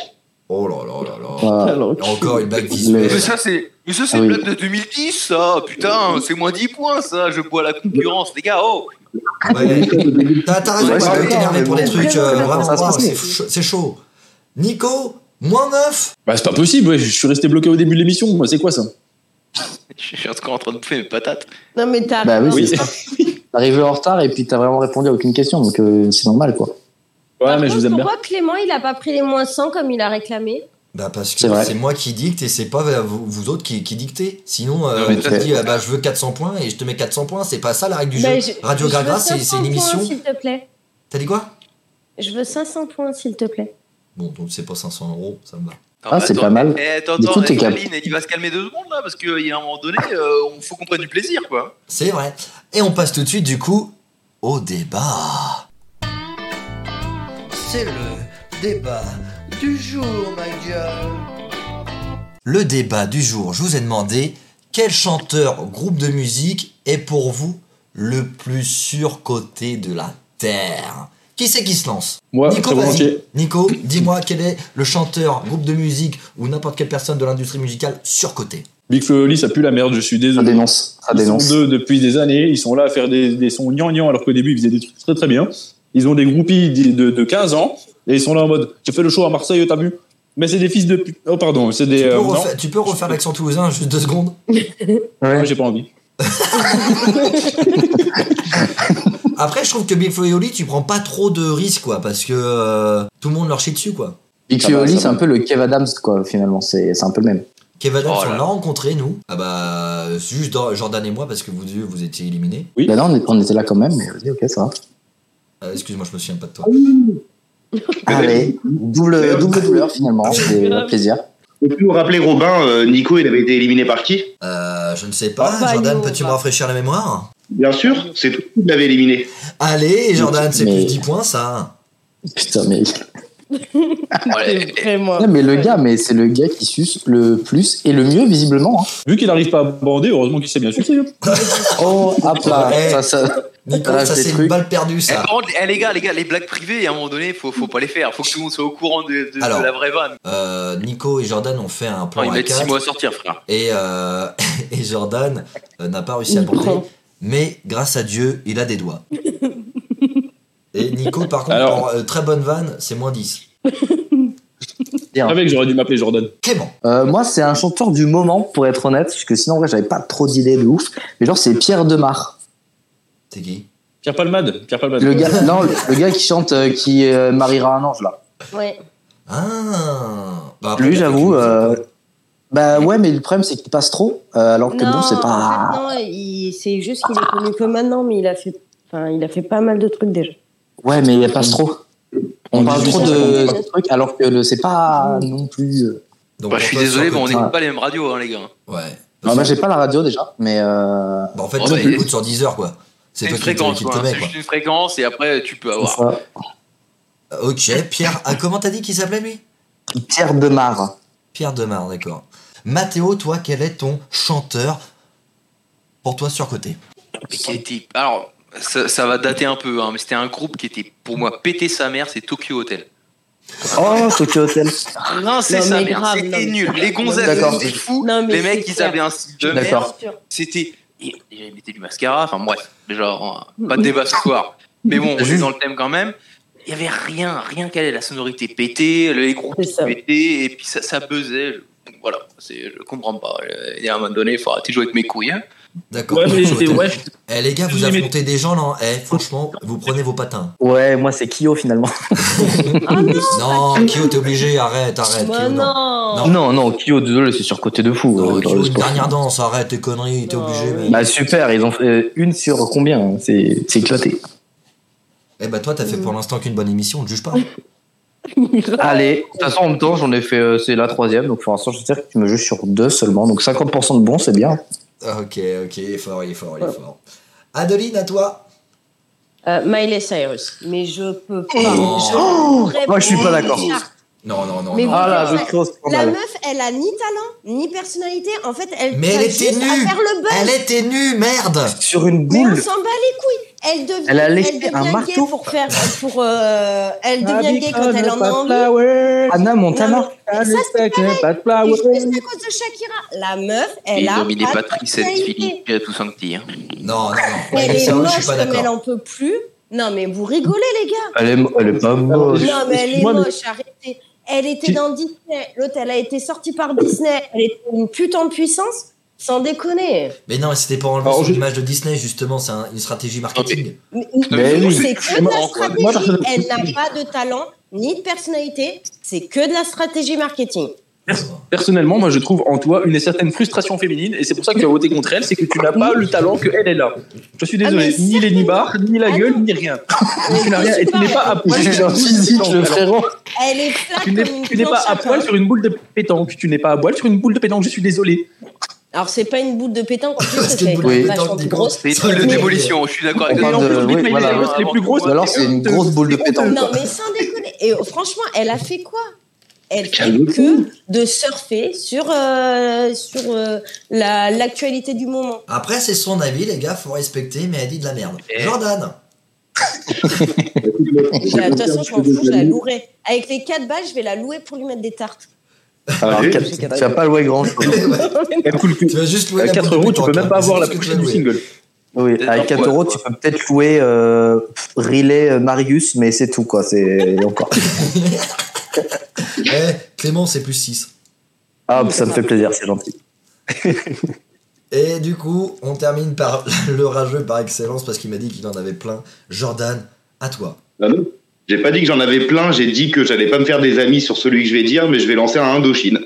Oh là là là là.
Voilà.
Et encore une blague
Ah, Mais-
Mais
visuelle.
ça, c'est mais ça, c'est
Ah
une
oui.
blague de 2010, ça Putain, c'est moins 10 points, ça Je bois la concurrence, les gars, oh
Ouais. T'as t'as raison,
Ouais,
on
c'est
va
vrai,
t'énerver
mais
pour
bon.
des trucs. euh,
Ça
vraiment,
se passe
waouh,
bien.
c'est chaud- c'est chaud. Nico, moins 9.
Bah, c'est pas possible, ouais, je suis resté bloqué au début de l'émission. Moi, c'est quoi ça
Je suis encore en train de bouffer mes patates.
Non, mais t'as.
Bah oui,
raison.
Oui.
c'est Arrivé en retard et puis t'as vraiment répondu à aucune question, donc euh, c'est normal quoi.
Ouais,
Par
mais je vous
contre,
aime bien.
pourquoi Clément, il a pas pris les moins 100 comme il a réclamé
Bah parce que
C'est vrai.
c'est moi qui dicte et c'est pas euh, vous, vous autres qui, qui dictez. Sinon, euh,
Non, mais
tu
ça-
te dis, ah bah, je veux 400 points et je te mets 400 points. C'est pas ça la règle du
Bah,
jeu.
je-
Radio
je veux
Gragra, c'est c'est
500
une émission.
points, s'il te plaît.
T'as dit quoi
Je veux 500 points, s'il te plaît.
Bon, donc c'est pas 500 euros, ça me va.
Attends,
Ah, c'est
attends.
pas mal.
Eh, attends,
Mais
attends,
tout est cap-
Aline, il va se calmer deux secondes là, parce qu'il y a un moment donné, euh, on- faut qu'on prenne du plaisir quoi.
C'est vrai. Et on passe tout de suite, du coup, au débat. C'est le débat du jour, my girl. Le débat du jour, je vous ai demandé quel chanteur, groupe de musique est pour vous le plus surcoté de la Terre Qui c'est qui se lance
Ah, Moi,
Nico,
très
vas-y.
volontiers.
Nico, dis-moi quel est le chanteur, groupe de musique ou n'importe quelle personne de l'industrie musicale surcoté
Big Flo et Oli, ça pue la merde, je suis
Ça
désolé.
dénonce. Ça
Ils
dénonce.
sont deux depuis des années, ils sont là à faire des, des sons gnangnang alors qu'au début ils faisaient des trucs très très bien. Ils ont des groupies de, de, de 15 ans et ils sont là en mode j'ai fait le show à Marseille, t'as vu Mais c'est des fils de pu- Oh pardon, c'est des.
tu, peux
euh, non,
refaire, tu peux refaire l'accent toulousain juste deux secondes
moi,
Ouais.
j'ai pas envie.
Après, je trouve que Big Flo et Oli, tu prends pas trop de risques, quoi, parce que euh, tout le monde leur chie dessus, quoi.
Big
Ça
Flo et
va,
Oli,
Ah bah, ça
c'est
va.
un peu le Kev Adams, quoi, finalement. C'est c'est un peu le même.
Kev Adams,
Oh là
on l'a
là.
rencontré, nous. Ah bah, c'est juste dans- Jordan et moi, parce que vous deux, vous étiez éliminés.
Oui.
Bah là, on, est- on était là quand même, mais vas-y, ok, ça va.
Euh, Excuse-moi, je me souviens pas de toi.
Allez, double, double douleur, finalement. C'est un plaisir.
Peux-tu nous rappeler, Robin, euh, Nico, il avait été éliminé par qui
Euh, je ne sais pas,
Ah, bah,
Jordan,
yo,
peux-tu me
bah.
rafraîchir la mémoire
Bien sûr, c'est toi qui l'avais éliminé.
Allez, Jordan, c'est
mais-
plus 10 points, ça.
Putain, mais.
Ouais, eh,
Vraiment.
Non, mais le gars, mais c'est le gars qui suce le plus et le mieux, visiblement. hein.
Vu qu'il arrive pas à bander, heureusement qu'il sait bien sucer.
Oh, hop là.
Eh.
Ça, ça...
Nico,
Voilà,
ça,
Ah, des
c'est une
trucs.
balle perdue,
eh,
ça.
par contre, eh, les gars, les gars, les blagues privées, à un moment donné, faut, faut pas les faire. Faut que tout le monde soit au courant de, de- de
Alors.
la vraie vanne.
Euh, Nico et Jordan ont fait un
Enfin,
plan
ils
à
mettent 6
quatre,
mois à sortir, frère.
et, euh, et Jordan euh, n'a pas réussi à
Il
porter,
prend.
mais grâce à Dieu, il a des doigts. Et Nico, par contre,
Alors-
pour euh, très bonne vanne, c'est moins 10.
Avec, j'aurais dû m'appeler Jordan.
Clément.
Euh, moi, c'est un chanteur du moment, pour être honnête, parce que sinon, en vrai, j'avais pas trop d'idées de ouf. Mais genre, c'est Pierre Demar.
C'est qui
Pierre Palmade. Pierre Palmade.
Le gars, non, le, le gars qui chante, euh, qui euh, mariera un ange, là.
Ouais.
Ah Bah, après,
Lui,
il a fait
j'avoue.
que des
euh,
écoles.
Bah ouais, mais le problème, c'est qu'il passe trop, euh, alors que bon, c'est
en fait,
pas.
non, il- c'est juste qu'il est connu que maintenant, mais il a fait, enfin, il a fait pas mal de trucs déjà.
Ouais, mais il passe trop. On
On
parle
dit
trop
juste
de
ça.
de trucs, alors que le- c'est pas non plus. euh,
Donc,
Bah, je suis
Antoine
désolé, mais on
Sarkozy-
n'écoute pas les mêmes radios, hein, les gars.
Ouais.
Bah, moi, j'ai pas la radio déjà, mais. euh,
Bah, en fait,
Oh,
tu
bah,
l'écoutes sur 10 heures, quoi. C'est
C'est
toi
une
qui, te-
fréquence,
qui
quoi,
te
hein.
mets,
C'est
quoi.
juste une fréquence, et après, tu peux avoir.
ça.
Ok, Pierre. Ah, comment t'as dit qu'il s'appelait, lui
Pierre Demar.
Pierre Demar, d'accord. Mathéo, toi, quel est ton chanteur pour toi surcoté
Mais qui était- Alors, ça, ça va dater un peu, hein, mais c'était un groupe qui était, pour moi, pété sa mère, c'est Tokyo Hotel.
Oh, Tokyo Hotel.
Rincer
Non,
Ah, sa
mais
mère,
grave, non,
c'était
mais-
nul. Les gonzesses,
D'accord.
c'était fou.
Non, mais
Les mecs,
c'est
ils
clair.
avaient un style de merde.
D'accord.
C'était. et- et Ils mettaient du mascara, enfin bref, genre, pas de débat ce soir. Mais bon, on est dans le thème quand même. Il y avait rien, rien qu'elle ait la sonorité pétée, les groupes
C'est ça.
pétés, et puis ça, ça buzzait. Je- Voilà, c'est- je comprends pas. Euh, Il y a un moment donné, il faut arrêter de jouer avec mes couilles. hein.
D'accord.
Ouais, mais
Tokyo
j'étais-
Hotel.
ouais, j'étais-
Eh les gars, vous
J'ai aimé-
affrontez des gens là. Eh franchement, vous prenez vos patins.
Ouais, moi, c'est Kyo finalement.
Oh
Non, Kyo, t'es obligé, arrête, arrête.
Bah
Kyo, non.
non.
Non.
Non, non, Kyo, désolé, c'est surcoté de fou.
Non,
euh, dans
Kyo,
le
une
sport.
dernière danse, arrête tes conneries, t'es
Non,
obligé.
oui.
mec.
Bah super, ils ont fait euh, une sur combien hein C'est c'est éclaté.
Eh bah toi, t'as fait
Mm.
pour l'instant qu'une bonne émission, on te juge pas.
Allez, de toute façon en même temps j'en ai fait, euh, c'est la troisième, donc pour l'instant je veux dire que tu me juges sur deux seulement, donc 50% de bon c'est bien.
Ah, ok, ok, il est fort, il est fort, il est fort. Adeline, à toi.
Euh, Miley Cyrus. Mais je peux pas.
Oh.
Je
Oh,
pourrais
moi, je suis pas d'accord.
Non, non, non,
Mais
non.
vous-
Ah là, je
Ouais.
crie au
La
scandale.
meuf, elle a ni talent, ni personnalité. En fait, elle
Mais elle
tient
était
juste à
nue.
faire le buzz.
Elle était nue, merde.
Sur une
Mais on
boule
s'en bat les couilles. Elle devient,
Elle a léché
devient
un
gay
marteau.
pour faire, pour euh, elle devient gay quand elle en a envie.
Anna Montana.
mais ça, Et juste à cause de Shakira, la meuf, elle
Et
a
Dominé
pas de
Patrice, Ed
personnalité.
Philippe, et tout Sancti. Hein.
Non, non, non.
Elle
Mais
est
ça,
moche
je suis pas
comme elle
d'accord.
en peut plus. Non mais vous rigolez les gars.
Elle est, mo- elle est pas moche.
Non mais elle est
Excuse-moi, mais-
moche, arrêtez. Elle était
Tu-
dans Disney, l'autre elle a été sortie par Disney, elle était une putain de puissance, sans déconner.
Mais non, mais c'était pour enlever
Alors,
son
je-
image de Disney, justement, c'est un- une stratégie marketing.
Mais-
Mais oui.
C'est que de la
Moi,
stratégie. Elle n'a pas de talent ni de personnalité. C'est que de la stratégie marketing.
Personnellement, moi, je trouve en toi une certaine frustration féminine, et c'est pour ça que tu as voté contre elle, c'est que tu n'as pas le talent que elle est là. Je suis
Ah,
désolé,
mais
ni les nibards, ni la
Ah,
gueule, ni rien.
Mais
tu n'as rien,
je
et tu n'es
parle.
pas à poil.
J'ai un
sur une boule de
physique,
pétanque,
le
alors.
frérot.
Elle est plate
Tu n'es
comme une hein.
tu n'es pas
planche
à poil
pain.
sur une boule de pétanque. Tu n'es pas à poil sur une boule de pétanque. Je suis désolé.
Alors, c'est pas une boule de pétanque, en plus,
Parce que
c'est
boule
de
une
pétanque,
vachement plus
dis
grosse.
C'est une
Oui.
boule de démolition, je suis d'accord avec
On
toi.
parle de- oui,
mais
voilà.
les grosses, les plus grosses.
Ou alors, c'est une grosse boule de pétanque.
Non,
quoi.
mais sans déconner. Et euh, franchement, elle a fait quoi Elle fait
Calme-toi.
que de surfer sur, euh, sur euh, la- l'actualité du moment.
Après, c'est son avis, les gars, faut respecter, mais elle dit de la merde.
Eh.
Jordan
De toute façon, je m'en fous, je la louerai. Avec les 4 balles, je vais la louer pour lui mettre des tartes.
Alors,
Allez.
tu vas pas louer grand chose.
Elle coule que-
Tu vas juste louer
À
la boule
4
de
euros, tu
pétanque,
peux même pas
hein.
avoir la
C'est tout ce que
pochette
tu
du
vas louer.
single.
Oui,
Peut-être
avec 4
un
euros,
poil,
tu peux peut-être louer euh, pff, Riley euh, Marius, mais c'est tout, quoi. C'est encore.
Eh, Clément, c'est plus 6.
Ah, ça me fait plaisir, c'est gentil.
Et du coup, on termine par le rageux par excellence parce qu'il m'a dit qu'il en avait plein. Jordan, à toi.
Ah non. J'ai pas dit que j'en avais plein, j'ai dit que j'allais pas me faire des amis sur celui que je vais dire, mais je vais lancer un Indochine.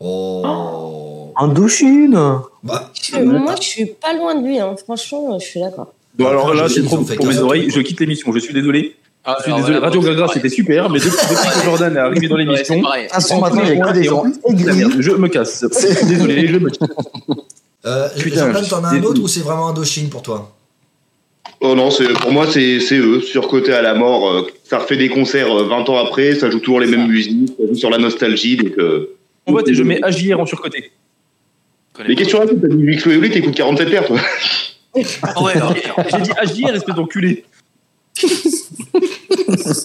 Oh.
Un douchine
Bah,
Je- moi, je suis pas loin de lui, hein. franchement, je suis d'accord.
Bon, alors là, c'est
Ils
trop
ont fait
pour mes
15
oreilles. Je quitte l'émission. Je suis désolé.
Ah,
Je suis
alors,
désolé.
voilà,
Radio
bon,
Gagra,
c'est
c'était super, mais depuis, depuis que Jordan est arrivé dans
pareil. Ouais, c'est
l'émission,
pareil.
Ah, ce matin, j'ai que des
hein.
gens
La
aigris.
merde, je me casse. Je suis désolé, je me casse.
Euh,
Putain,
Jordan,
je-
t'en as un autre
désolé.
ou c'est vraiment un Indochine pour toi
Oh non, c'est- pour moi, c'est c'est eux, surcoté à la mort. euh, ça refait des concerts euh, 20 ans après, ça joue toujours les mêmes musiques, ça joue sur la nostalgie. Donc, euh...
Mon vote et je mets AJR en surcoté.
Mais qu'est-ce que tu racontes T'as dit Mix Wavely, t'écoutes 47 paires, toi.
Ah ouais, alors, merde.
J'ai dit AJR, espèce d'enculé.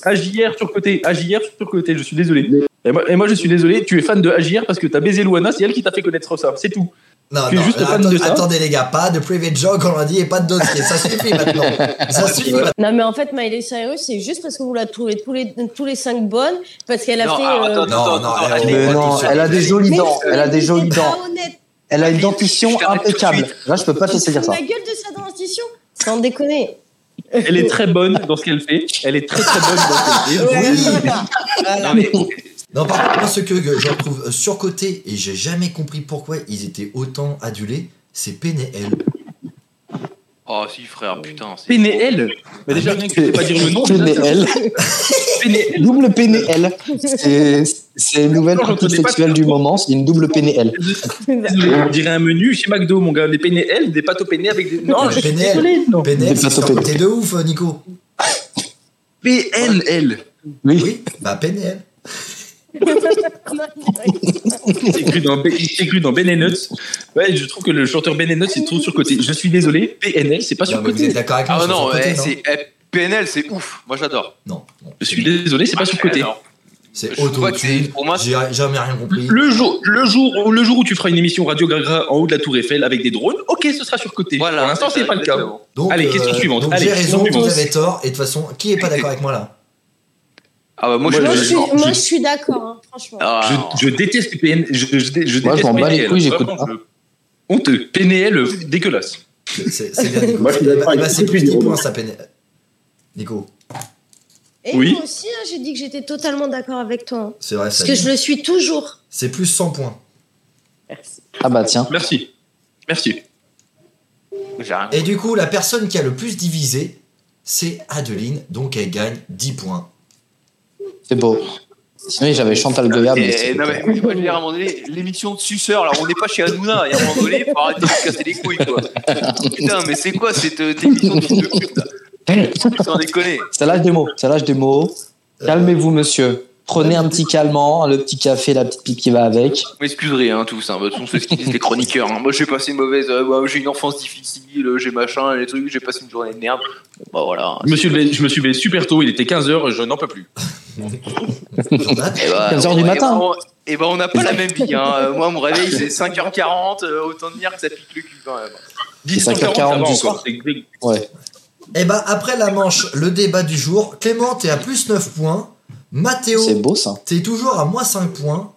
AJR surcoté. AJR surcoté, je suis désolé. Et moi, et moi, je suis désolé, tu es fan de AJR parce que t'as baisé Luana, c'est elle qui t'a fait connaître ça, c'est tout.
Non,
Tu es
non,
juste
là,
fan
atten-
de ça
attendez les gars, pas de private joke, on l'a dit, et pas de dossier, ça suffit maintenant. Ça suffit maintenant.
Non, mais en fait, Miley Cyrus, c'est juste parce que vous la trouvez tous les, tous les cinq bonnes, parce qu'elle a
Non,
fait.
alors,
euh,
attends,
Non,
attends,
non,
attends,
elle-
Adeline,
Mais
Mais
non,
c'est-
elle a des jolies
mais
dents.
non,
Elle a des
mais
jolies
c'est pas
dents.
honnête.
Elle a une
Adeline, je
dentition
t'arrête tout de
impeccable. Là, je peux pas te laisser
Tu
dire
fous
ça.
la gueule de sa dentition Sans déconner.
Elle est très bonne dans ce qu'elle fait. Elle est très très bonne
Ah,
dans ce qu'elle fait.
Non, mais
Non, par contre, moi, ce que je retrouve surcoté, et j'ai jamais compris pourquoi ils étaient autant adulés, c'est PNL.
Oh si frère, putain. c'est-
PNL Mais déjà, rien que tu sais pas dire le nom, déjà, c'est-
PNL.
PNL.
Double PNL. C'est c'est une nouvelle
Attends, je
pratique
connais pas
sexuelle
tout.
du moment, c'est une double PNL.
Désolé, On dirait un menu chez McDo, mon gars. Des PNL, des pâtes au PNL avec des. Non, Oh, je suis
PNL.
désolé, non.
PNL,
Des
c'est
plateaux
surcoté de ouf, Nico.
PNL.
Oui.
Oui, bah PNL.
C'est cru dans, c'est cru dans Ben Nuts. Ouais, je trouve que le chanteur Ben Nuts est trop surcoté. Je suis désolé, PNL, c'est pas
Non, mais vous êtes
surcoté.
d'accord avec moi
Ah
sur
non,
surcoté,
eh, c'est eh, PNL, c'est ouf. Moi j'adore.
Non, non.
Je suis désolé, c'est pas surcoté.
Alors,
C'est
Je crois que c'est-
auto-tune.
pour moi, c'est-
J'ai jamais rien compris.
Le jour, le, jour, le jour où tu feras une émission Radio Gagra en haut de la Tour Eiffel avec des drones, ok, ce sera surcoté.
Voilà.
Pour l'instant, c'est pas le cas.
Exactement.
Donc, euh,
Allez, question suivante.
Donc
Allez,
j'ai
question
raison, vous
suivante.
avez tort. Et de toute façon, qui est pas d'accord avec moi là
Ah bah moi
Moi,
Moi, je
je
suis,
suis.
moi, je suis d'accord, hein, franchement.
Ah,
Je, je déteste PNL. Je, je- je déteste
Moi, je m'en bats les
PNL.
couilles, j'écoute
Vraiment, je- Honteux. PNL, dégueulasse.
C'est c'est bien Nico.
Moi, je suis
Eh
d'accord
ben, eh
avec
ben,
ce
C'est
que
plus
tu dis,
10 points
Romain.
ça PNL. Nico,
Et
Oui.
moi aussi, hein, j'ai dit que j'étais totalement d'accord avec toi. hein.
c'est vrai,
Parce
ça
que
dit.
je le suis toujours.
c'est plus 100 points.
Merci.
Ah bah tiens.
Merci. Merci.
j'ai rien.
Ah
Et du coup, la personne qui a le plus divisé, c'est Adeline, donc elle gagne 10 points.
C'est beau. Sinon, j'avais Chantal Goya. mais
Et,
c'est-
non, mais, mais moi, je veux dire, à un moment donné, l'émission de suceur, là, on n'est pas chez Hanouna, et à un moment donné, faut arrêter de se casser les couilles, quoi. Putain, mais c'est quoi cette euh, émission de fils de pute,
Eh,
là Sans déconner.
Ça lâche des mots. Ça lâche des mots. Calmez-vous, monsieur. Prenez un petit calmant, le petit café, la petite pipe qui va avec.
Vous m'excuserez, hein, tous, hein, de toute façon, c'est ce qu'ils disent les chroniqueurs. hein. Moi, j'ai passé une mauvaise. euh, ouais, j'ai une enfance difficile, euh, j'ai machin, les trucs, j'ai passé une journée de merde. Bon, Bah voilà.
Je me suis levé, je me suis levé super tôt, il était 15h, je n'en peux plus.
Jordan,
Et bah,
15 heures du
et
matin.
bah, on- Et ben on n'a pas la même vie. Hein. Euh, Moi, mon réveil, c'est 5h40, euh, autant dire que ça pique le cul quand même.
5h40
avant,
du soir.
quoi. C'est gris.
Ouais.
Eh ben, après la manche, le débat du jour, Clément est à plus 9 points, Mathéo,
C'est Bah, beau, ça.
t'es toujours à moins 5 points,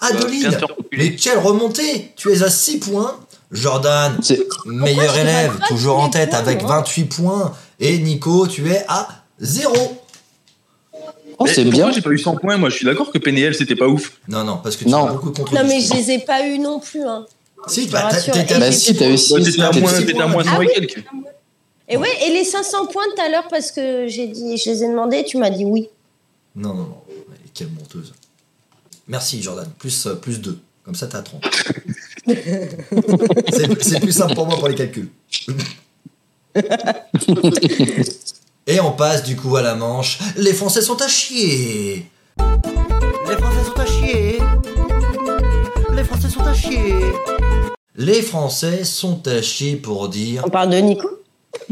Adeline,
Bien sûr, populaire.
mais quelle remontée Tu es à 6 points, Jordan,
C'est-
meilleur
je suis
élève,
pas grave,
toujours
tous
en
les
tête
points,
avec
moi.
28 points, et Nico, tu es à 0.
Oh,
Mais
Eh,
c'est
pourquoi
bien.
j'ai pas eu 100 points. Moi, je suis d'accord que PNL, c'était pas ouf.
Non, non, parce que tu
Non.
as beaucoup contre.
Non, mais je les ai pas eu non plus. Hein.
Si,
te
bah, t'as-
rassure.
t'as- t'as-
Et
Bah
j'ai-
si, t'as eu
Toi,
six,
T'étais à
t'as eu
moins
six.
t'étais à moins
Ah
cent et
oui.
quelques.
Et ouais, et les 500 points tout à l'heure, parce que j'ai dit, je les ai demandés, tu m'as dit oui.
Non, non, non. Et Quelle menteuse. Merci, Jordan. Plus, euh, plus 2. Comme ça, t'as 30. c'est, c'est plus simple pour moi pour les calculs. Et on passe du coup à la manche. Les Français sont à chier. Les Français sont à chier. Les Français sont à chier. Les Français sont à chier pour dire
On parle de Nico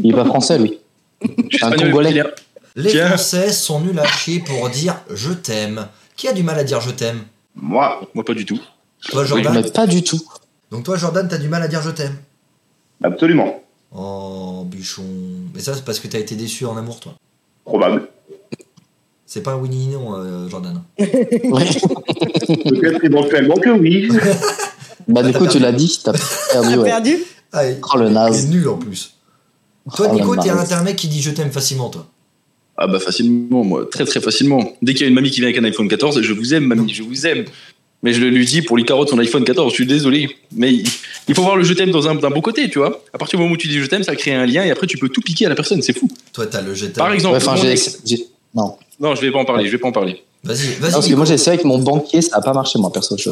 Il est pas français, lui.
Je suis
Un
espagnol,
Congolais.
il est-
Les
Tiens.
Français sont nuls à chier pour dire je t'aime. Qui a du mal à dire je t'aime
Moi,
Moi, pas du tout.
Toi,
Mais
Jordan
pas du tout.
Donc, toi, Jordan, t'as du mal à dire je t'aime.
absolument.
Oh, bichon. Mais ça, c'est parce que t'as été déçu en amour, toi.
Probable.
C'est pas un Winnie non, euh, Jordan.
Ouais.
Peut-être éventuellement que oui.
Bah du coup, tu l'as dit, t'as perdu, ouais.
perdu
Ah, il
Oh le
il est
naze.
nul en plus. Toi,
Oh, la
Nico, t'es un
marre.
internet qui dit je t'aime facilement, toi.
Ah bah facilement, moi, très très facilement. Dès qu'il y a une mamie qui vient avec un iPhone 14, je vous aime, mamie, je vous aime. Mais je le lui dis pour lui carotte son iPhone 14, je suis désolé. Mais il il faut voir le je t'aime dans un, d'un bon côté, tu vois. À partir du moment où tu dis je t'aime, ça crée un lien et après tu peux tout piquer à la personne, c'est fou.
Toi, t'as le je t'aime.
Par exemple,
Ouais, enfin,
mon
j'ai-
ex-
j'ai- Non.
Non, je vais pas en parler, je vais pas en parler.
Vas-y,
Non, parce
vas-y.
que
Nico.
moi j'ai essayé avec mon banquier, ça a pas marché moi perso. je-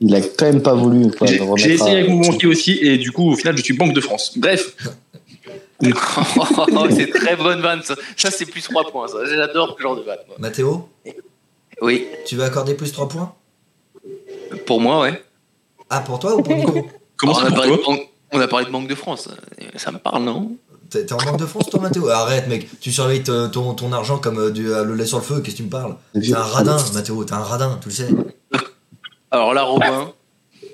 Il a quand même pas voulu. quoi,
J'ai
me remettre
j'ai essayé
à-
avec mon banquier aussi et du coup, au final, je suis Banque de France. Bref,
Oh, c'est très bonne vanne. Ça, Ça, c'est plus 3 points. ça. J'adore ce genre de vanne. moi.
Mathéo,
Oui,
tu vas accorder plus 3 points
pour moi, ouais.
Ah, pour toi ou pour Nico
comment
Ah,
on,
ça
a
pour
bah,
parlé de
toi
Ban- on a parlé de Banque de France. Ça me parle, non
T'es t'es en Banque de France, toi, Mathéo Arrête, mec. Tu surveilles te- ton, ton argent comme euh, du, euh, le lait sur le feu. Qu'est-ce que tu me parles T'es un radin, Mathéo. T'es un radin, tu le sais.
Alors là, Robin,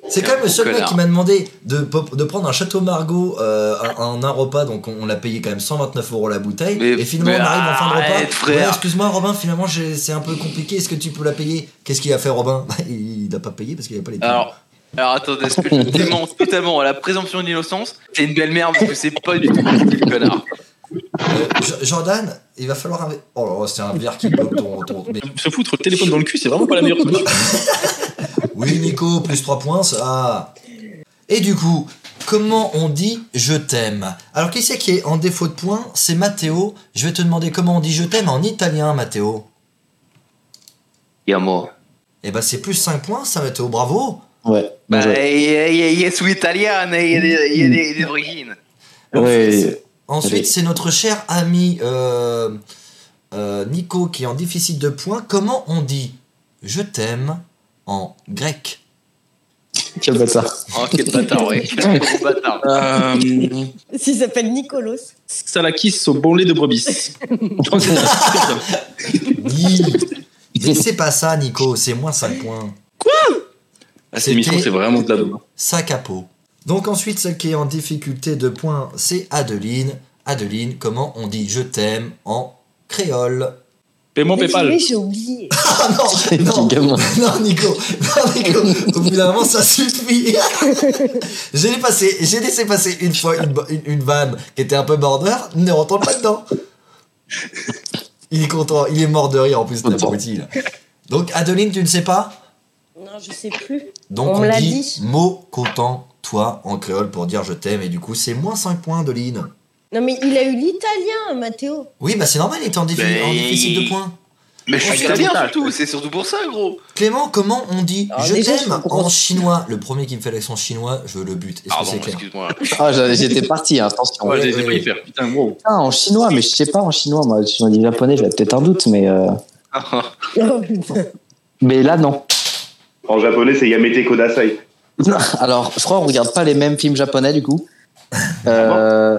C'est quand même le seul mec
Connard.
qui m'a demandé de, pop- de prendre un château Margot euh, en un repas, donc on, on l'a payé quand même 129 euros la bouteille.
Mais-
et finalement,
mais
on arrive en fin de repas.
arrête, frère.
Ouais, excuse-moi, Robin, finalement, j'ai- c'est un peu compliqué. Est-ce que tu peux la payer Qu'est-ce qu'il a fait, Robin Bah, Il n'a pas payé parce qu'il n'a pas les thunes.
Alors, alors attendez, est-ce que je dément totalement à la présomption d'innocence T'es une belle merde parce que c'est pas du tout le connard.
Euh, Jo- Jordan, il va falloir. Un... Oh là là, c'est un verre qui bloque ton. ton- mais-
Se foutre le téléphone dans le cul, c'est vraiment pas la meilleure solution.
Oui, Nico, plus 3 points, ça. Et du coup, comment on dit je t'aime Alors, qui c'est qui est en défaut de points C'est Matteo. Je vais te demander comment on dit je t'aime en italien, Matteo.
Y'a moi.
Eh ben c'est plus 5 points, ça Matteo, bravo
Ouais.
Bah,
Bonjour.
y'a sous italienne, y'a des, y a des, des origines.
Ouais.
Ensuite,
Allez.
c'est notre cher ami euh, euh, Nico qui est en déficit de points. Comment on dit je t'aime en grec
Quel bâtard.
Oh, quel bâtard, ouais. Quel gros bâtard.
Euh,
S'il s'appelle Nicolos.
Salakis au bon lait de brebis. Je crois que c'est ça. C'est comme ça.
Ni. Mais c'est pas ça, Nico, c'est moins 5 points.
Ah, Cette émission, c'est vraiment de la daube.
Sac à peau. Donc ensuite, celle qui est en difficulté de points, c'est Adeline. Adeline, comment on dit je t'aime en créole
Paiement
Mais
PayPal.
oui, j'ai oublié.
Ah non, non,
Gamin.
Non, Nico, non, Nico, au bout d'un moment, ça suffit. j'ai passé, j'ai laissé passer une fois une, bo- une, une vanne qui était un peu border, ne rentre pas dedans. Il est content, il est mort de rire en plus, c'est abruti, là. Donc, Adeline, tu ne sais pas
Non, je sais plus.
Donc,
On
on,
me l'a
dit,
dit.
mot content, toi, en créole, pour dire je t'aime, et du coup, c'est moins 5 points, Adeline.
Non, mais il a eu l'italien, Mathéo.
Oui, bah c'est normal, il est en, défi-
Ben,
en déficit de
il-
points.
Mais je
Oh,
suis
putain,
italien surtout, c'est surtout pour ça, gros.
Clément, comment on dit
Alors,
je
déjà, je
t'aime
comprends-
en chinois Le premier qui me fait l'accent chinois, je le bute. Est-ce que
Pardon,
c'est clair
excuse-moi.
Ah, j'a- j'étais parti, hein, attention.
Moi, je les
ouais,
ai pas
ouais.
y faire. Putain, wow.
Ah, en chinois, mais je sais pas en chinois. Moi, si on dit japonais, j'avais peut-être un doute, mais, euh,
Oh, putain.
mais là, non.
En japonais, c'est Yamete Kodasai.
Alors, je crois qu'on regarde pas les mêmes films japonais, du coup. Euh,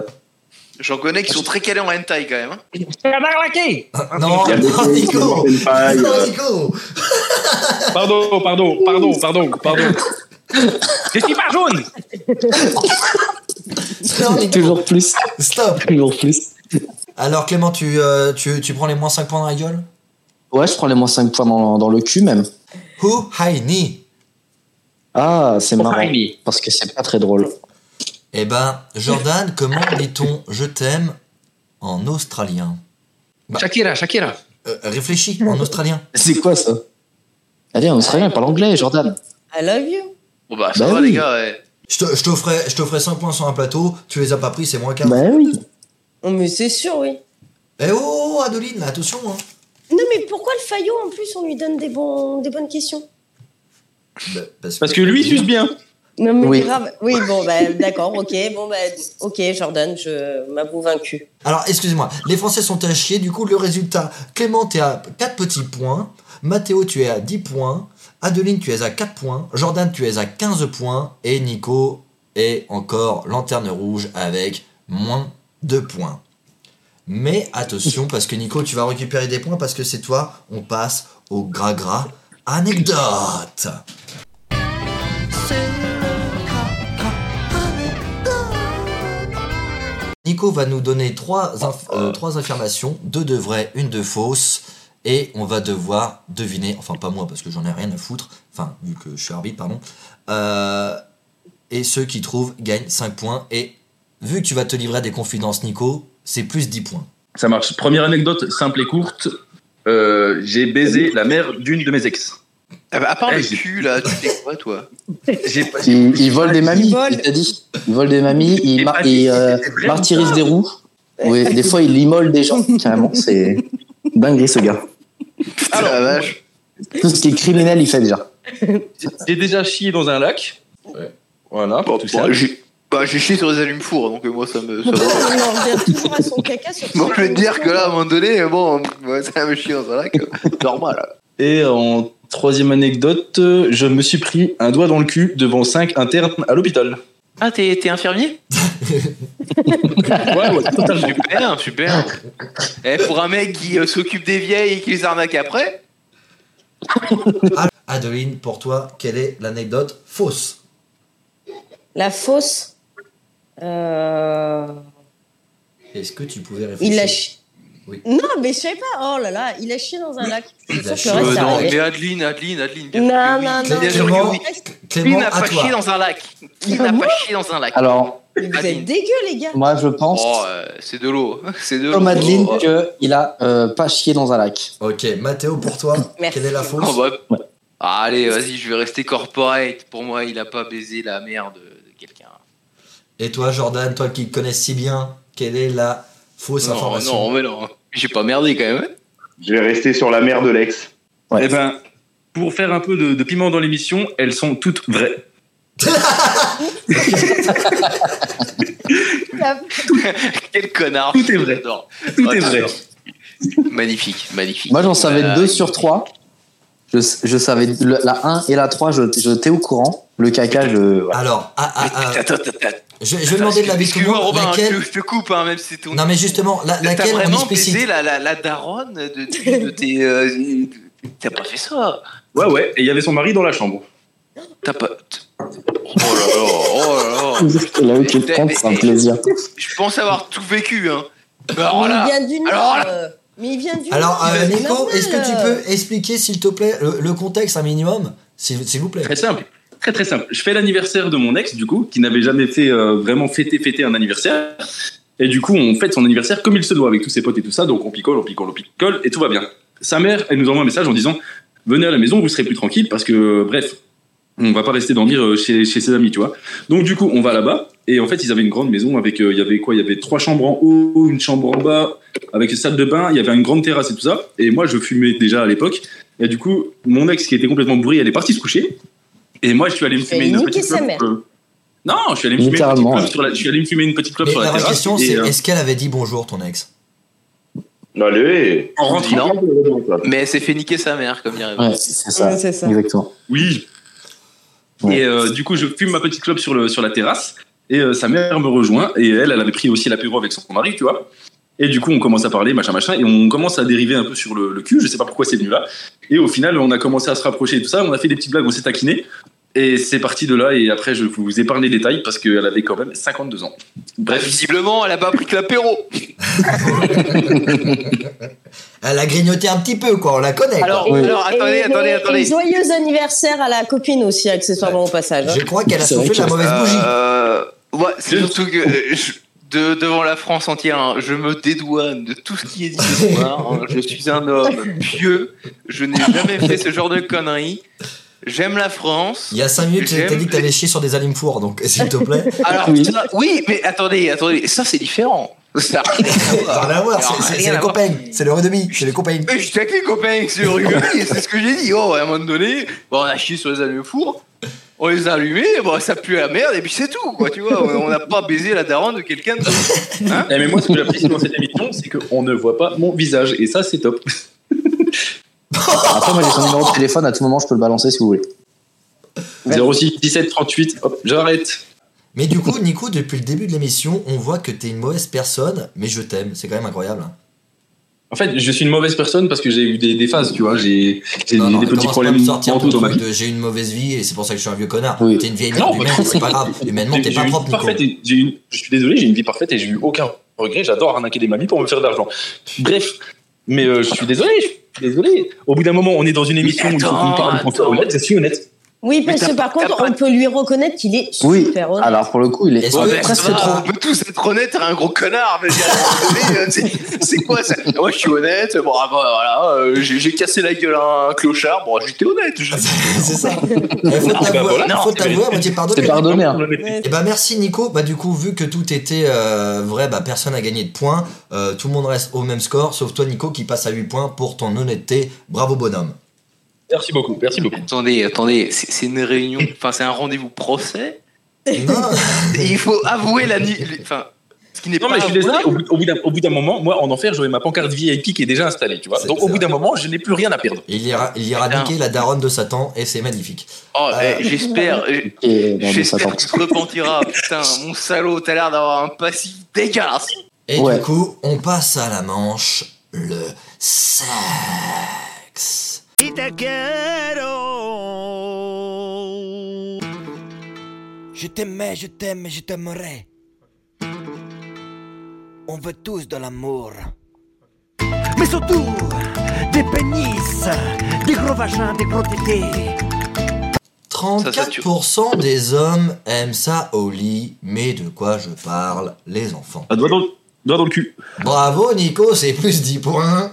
J'en connais qui sont très calés en hentai quand même. hein.
Non, non, Oh, Nico Ah,
Senpai,
Non,
euh,
Nico
Pardon, pardon, pardon, pardon, pardon. Je suis pas jaune
Non, Nico.
toujours plus,
Stop
toujours plus.
Alors Clément, tu, euh, tu, tu prends les moins 5 points dans la gueule
Ouais, je prends les moins 5 points dans, dans le cul, même.
Who hai ni
Ah, c'est marrant. Parce que c'est pas très drôle.
Eh ben, Jordan, comment dit-on je t'aime en australien
Shakira, Shakira.
Euh, réfléchis en australien.
C'est quoi ça Allez, en Australien, parle anglais, Jordan.
I love you.
Bon bah ça
Bah
va
oui.
les gars. ouais.
Je te- je t'offrais je t'offrais 5 points sur un plateau, tu les as pas pris, c'est moins 15.
Bah oui.
Oh, mais c'est sûr, oui.
Eh oh, oh, oh, Adeline, attention. Hein.
Non, mais pourquoi le faillot, en plus, on lui donne des, bons, des bonnes questions
Bah,
Parce que lui, il suce bien.
Non, mais
Oui.
grave. Oui, bon, bah, d'accord, ok. Bon, bah, ok, Jordan, je m'avoue vaincu.
Alors, excusez-moi, les Français sont à chier. Du coup, le résultat, Clément, t'es à 4 petits points. Mathéo, tu es à 10 points. Adeline, tu es à 4 points. Jordan, tu es à 15 points. Et Nico est encore lanterne rouge avec moins 2 points. Mais attention, parce que Nico, tu vas récupérer des points parce que c'est toi. On passe au gras-gras anecdote. Nico va nous donner
Ah,
trois, inf- euh, trois affirmations, deux de vraies, une de fausse, et on va devoir deviner, enfin pas moi parce que j'en ai rien à foutre, enfin vu que je suis arbitre, pardon, Euh, et ceux qui trouvent gagnent 5 points, et vu que tu vas te livrer à des confidences Nico, c'est plus 10 points.
Ça marche. Première anecdote simple et courte. Euh, j'ai baisé la mère d'une de mes ex.
Ah bah, à part
Eh,
le
j'ai-
cul là, tu fais quoi toi
J'ai pas-
Ils, ils volent des mamies,
Ils volent.
il t'a dit. Ils volent des mamies,
Et
ils, mar-
pas-
ils, euh,
c'était vraiment
martyrisent des roues. Oui, des fois, ils immolent des gens, carrément. C'est dingue, ce gars.
Ah la vache.
Tout ce qui est criminel, il fait déjà.
J'ai déjà chié dans un lac. Voilà, pour tout ça.
Bon, j'ai- Bah j'ai chié sur les allumes fours donc euh, moi ça me.
On
Ça me...
en revient toujours à son caca sur
Bon, je vais te dire que là, à un moment donné, euh, bon, ouais, ça me chie dans un lac, euh, normal.
Et en troisième anecdote, euh, je me suis pris un doigt dans le cul devant cinq internes à l'hôpital.
Ah, t'es infirmier
Ouais, ouais,
Super,
totalement.
super. Eh, pour un mec qui euh, s'occupe des vieilles et qui les arnaque après,
Adeline, pour toi, quelle est l'anecdote fausse
La fausse. Euh...
Est-ce que tu pouvais réfléchir
Il l'a chi-
Oui.
Non, mais je sais pas. Oh là là, il a chié dans un lac.
Il
Je
a
suis
chié
sûre que le
dans
reste,
Euh,
c'est
non,
arrivé.
mais Adeline, Adeline, Adeline. bien
Non,
sûr que
non,
oui.
non.
Bien sûr que
Clément,
oui. Qui
Clément,
n'a
à
pas
toi.
chié dans un lac Qui n'a pas chié dans un lac
Alors,
Mais Vous êtes
Adeline.
dégueu, les gars.
moi, je pense,
Oh, euh, c'est de l'eau. C'est de l'eau.
comme Adeline,
Oh,
qu'il a euh, pas chié dans un lac.
Ok, Mathéo, pour toi,
Merci.
quelle est la
oh,
fausse
bah, ah, allez, vas-y, je vais rester corporate. Pour moi, il a pas baisé la mère de, de quelqu'un.
Et toi, Jordan, toi qui te connais si bien, quelle est la fausse
Non,
information
non, mais non. J'ai pas merdé quand même.
Je vais rester sur la mère de l'ex.
Ouais.
Eh ben, pour faire un peu de, de piment dans l'émission, elles sont toutes vraies.
La-
Quel connard.
Tout est vrai.
J'adore.
Tout
Ouais,
est vrai.
j'adore. Magnifique, magnifique.
Moi, j'en savais
Euh,
deux sur trois. Je, je savais le- la 1 et la 3, je, je t'ai au courant. Le caca, je. voilà.
Alors, ah, ah, ah,
Attends, attends, attends.
je, je vais demander de la vie de tout le
Excuse-moi,
monde.
Robin,
Laquelle
je, je te coupe, hein, même si c'est ton.
Non, mais justement, la-
T'as
laquelle on
vraiment baisé
explicite
la, la, la daronne de, de- de tes. euh, T'as pas fait ça.
Ouais, ouais. Et il y avait son mari dans la chambre.
T'as pas. Oh là là, oh là là.
Là où tu le comptes, c'est un plaisir.
Je pense avoir tout vécu, hein. Alors
Mais il
là,
vient du
Alors
nord. euh, Mais il vient du
Alors,
nord,
euh,
c'est
Nico,
normal.
est-ce que tu peux expliquer, s'il te plaît, le, le contexte un minimum S'il s'il vous plaît.
Très simple. Très très simple. Je fais l'anniversaire de mon ex, du coup, qui n'avait jamais fait euh, vraiment fêter, fêter un anniversaire. Et du coup, on fête son anniversaire comme il se doit, avec tous ses potes et tout ça. Donc on picole, on picole, on picole, et tout va bien. Sa mère, elle nous envoie un message en disant Venez à la maison, vous serez plus tranquille, parce que, euh, bref, on va pas rester dormir euh, chez, chez ses amis, tu vois. Donc du coup, on va là-bas. Et en fait, ils avaient une grande maison avec, euh, il y avait quoi Il y avait trois chambres en haut, une chambre en bas, avec une salle de bain, il y avait une grande terrasse et tout ça. Et moi, je fumais déjà à l'époque. Et du coup, mon ex qui était complètement bourré, elle est partie se coucher. Et moi, je suis allé me
Elle
fumer une
niquait
petite
sa
clope.
mère.
euh, Non, je suis allé me fumer une petite
Littéralement,
clope
ouais.
sur la- je suis allé me fumer une petite clope
Mais
sur
la
la
vraie
terrasse.
question,
et,
c'est
euh,
est-ce qu'elle avait dit bonjour, ton ex
Allez Oh,
en rentrant,
Non.
Non.
mais elle s'est fait niquer sa mère, comme dirait.
Ouais, c'est ça.
Ouais, c'est ça.
Exactement.
Oui.
Ouais.
Et euh, du coup, je fume ma petite clope sur, le, sur la terrasse. Et euh, sa mère me rejoint. Et elle, elle avait pris aussi l'apéro avec son mari, tu vois. Et du coup, on commence à parler, machin, machin. Et on commence à dériver un peu sur le, le cul. Je sais pas pourquoi c'est venu là. Et au final, on a commencé à se rapprocher et tout ça. On a fait des petites blagues, on s'est taquiné. Et c'est parti de là. Et après, je vous épargne les détails parce qu'elle avait quand même 52 ans.
Bah,
Bref.
visiblement, elle a pas pris que l'apéro.
Elle a grignoté un petit peu, quoi, on la connaît. quoi.
Alors,
Et-
alors,
et-
attendez,
et-
attendez,
et
attendez.
Joyeux anniversaire à la copine aussi, accessoirement au passage. hein.
Je crois qu'elle a
C'est vrai
soufflé la
que-
mauvaise bougie.
Euh, ouais, c'est surtout que euh, je- de, devant la France entière, hein, je me dédouane de tout ce qui est dit ce soir. hein. Je suis un homme pieux. Je n'ai jamais fait ce genre de conneries. J'aime la France.
Il y a 5 minutes, t'as dit que t'allais chier sur des alimfours, donc s'il te plaît.
Alors,
Oui.
ça- oui, mais attendez, attendez, ça c'est différent. Ça a rien à
Ça
voir.
n'a rien à voir,
Alors,
c'est- c'est
rien
c'est les
à voir.
copains, c'est le redemi, c'est les copains.
Mais je suis avec les copains, c'est rigolé, c'est ce que j'ai dit. Oh, à un moment donné, bon, on a chié sur les allumes-fours, on les a allumés, bon, ça pue à la merde, et puis c'est tout, quoi, tu vois. On n'a pas baisé la daronne de quelqu'un. De...
Eh, mais moi, ce que j'apprécie dans cette émission, c'est qu'on ne voit pas mon visage. Et ça, c'est top.
Après, moi, j'ai son numéro de téléphone. À tout moment, je peux le balancer si vous voulez.
06 17 38, hop, j'arrête.
Mais du coup, Nico, depuis le début de l'émission, on voit que t'es une mauvaise personne, mais je t'aime, c'est quand même incroyable. hein.
En fait, je suis une mauvaise personne parce que j'ai eu des, des phases, tu vois. J'ai j'ai
Non,
des,
non,
des petits
commence pas à
problèmes
me sortir
mentaux
ton
dans ma
truc
vie.
de j'ai une mauvaise vie et c'est pour ça que je suis un vieux connard.
Oui.
T'es une vieille
Non,
merde humaine, c'est pas grave. Humainement,
J'ai
t'es
eu une
pas
vie
propre, Nico.
parfaite et j'ai eu une- Je suis désolé, j'ai une vie parfaite et j'ai eu aucun regret. J'adore arnaquer des mamies pour me faire de l'argent. Bref, mais euh, je suis désolé, je suis désolé. Au bout d'un moment, on est dans une émission où il faut
Ah,
qu'on parle, qu'on soit honnête. Je suis honnête.
Oui, parce
Mais t'as-
que par
t'as
contre,
pas-
on peut lui reconnaître qu'il est
Oui.
super honnête.
Alors, pour le coup, il est.
Est-ce que-
Ouais,
presque
Ah, ben, ça va,
trop.
On peut tous être honnête à un gros connard. mais à un moment donné, euh, c'est- C'est quoi ça Ah, Moi, je suis honnête. Bon, ah, bah, voilà, euh, j'ai j'ai cassé la gueule à un clochard. Bon, j'étais honnête. je-
c'est ça. Eh, faut
Ah, bah
t'avouer,
voilà.
faut t'avouer, à moitié
C'est
pardonné.
pardonné. Hein.
Honnête.
Et bah merci Nico, bah du coup vu que tout était euh, vrai, bah personne a gagné de points, Euh, tout le monde reste au même score, sauf toi Nico qui passe à 8 points pour ton honnêteté, bravo bonhomme.
Merci beaucoup, merci beaucoup.
Attendez, attendez, c'est c'est une réunion, enfin, c'est un rendez-vous procès.
Non,
Et il faut avouer la nuit. Enfin, ce qui n'est pas.
Non, mais je suis désolé,
avouable.
au bout- au bout d'un- au bout d'un moment, moi, en enfer, j'aurais ma pancarte VIP qui est déjà installée, tu vois.
C'est-
Donc,
c'est
au bout d'un moment, je n'ai plus rien à perdre.
il ira, il ira
Putain.
niquer la daronne de Satan et c'est magnifique.
Oh,
Euh,
eh, J'espère. eh,
Et, euh, non, mais ça
J'espère que
tente.
tu te repentiras. Putain, mon salaud, t'as l'air d'avoir un passif dégueulasse.
Et
Ouais.
du coup, on passe à la manche, le sexe.
Je t'aimais, je t'aime et je t'aimerai. On veut tous de l'amour. Mais surtout, des pénis, des gros vagins, des gros tétés.
34% des hommes aiment ça au lit, mais de quoi je parle, les enfants
Ah, doigt dans le, doigt dans le cul.
Bravo Nico, c'est plus 10 points.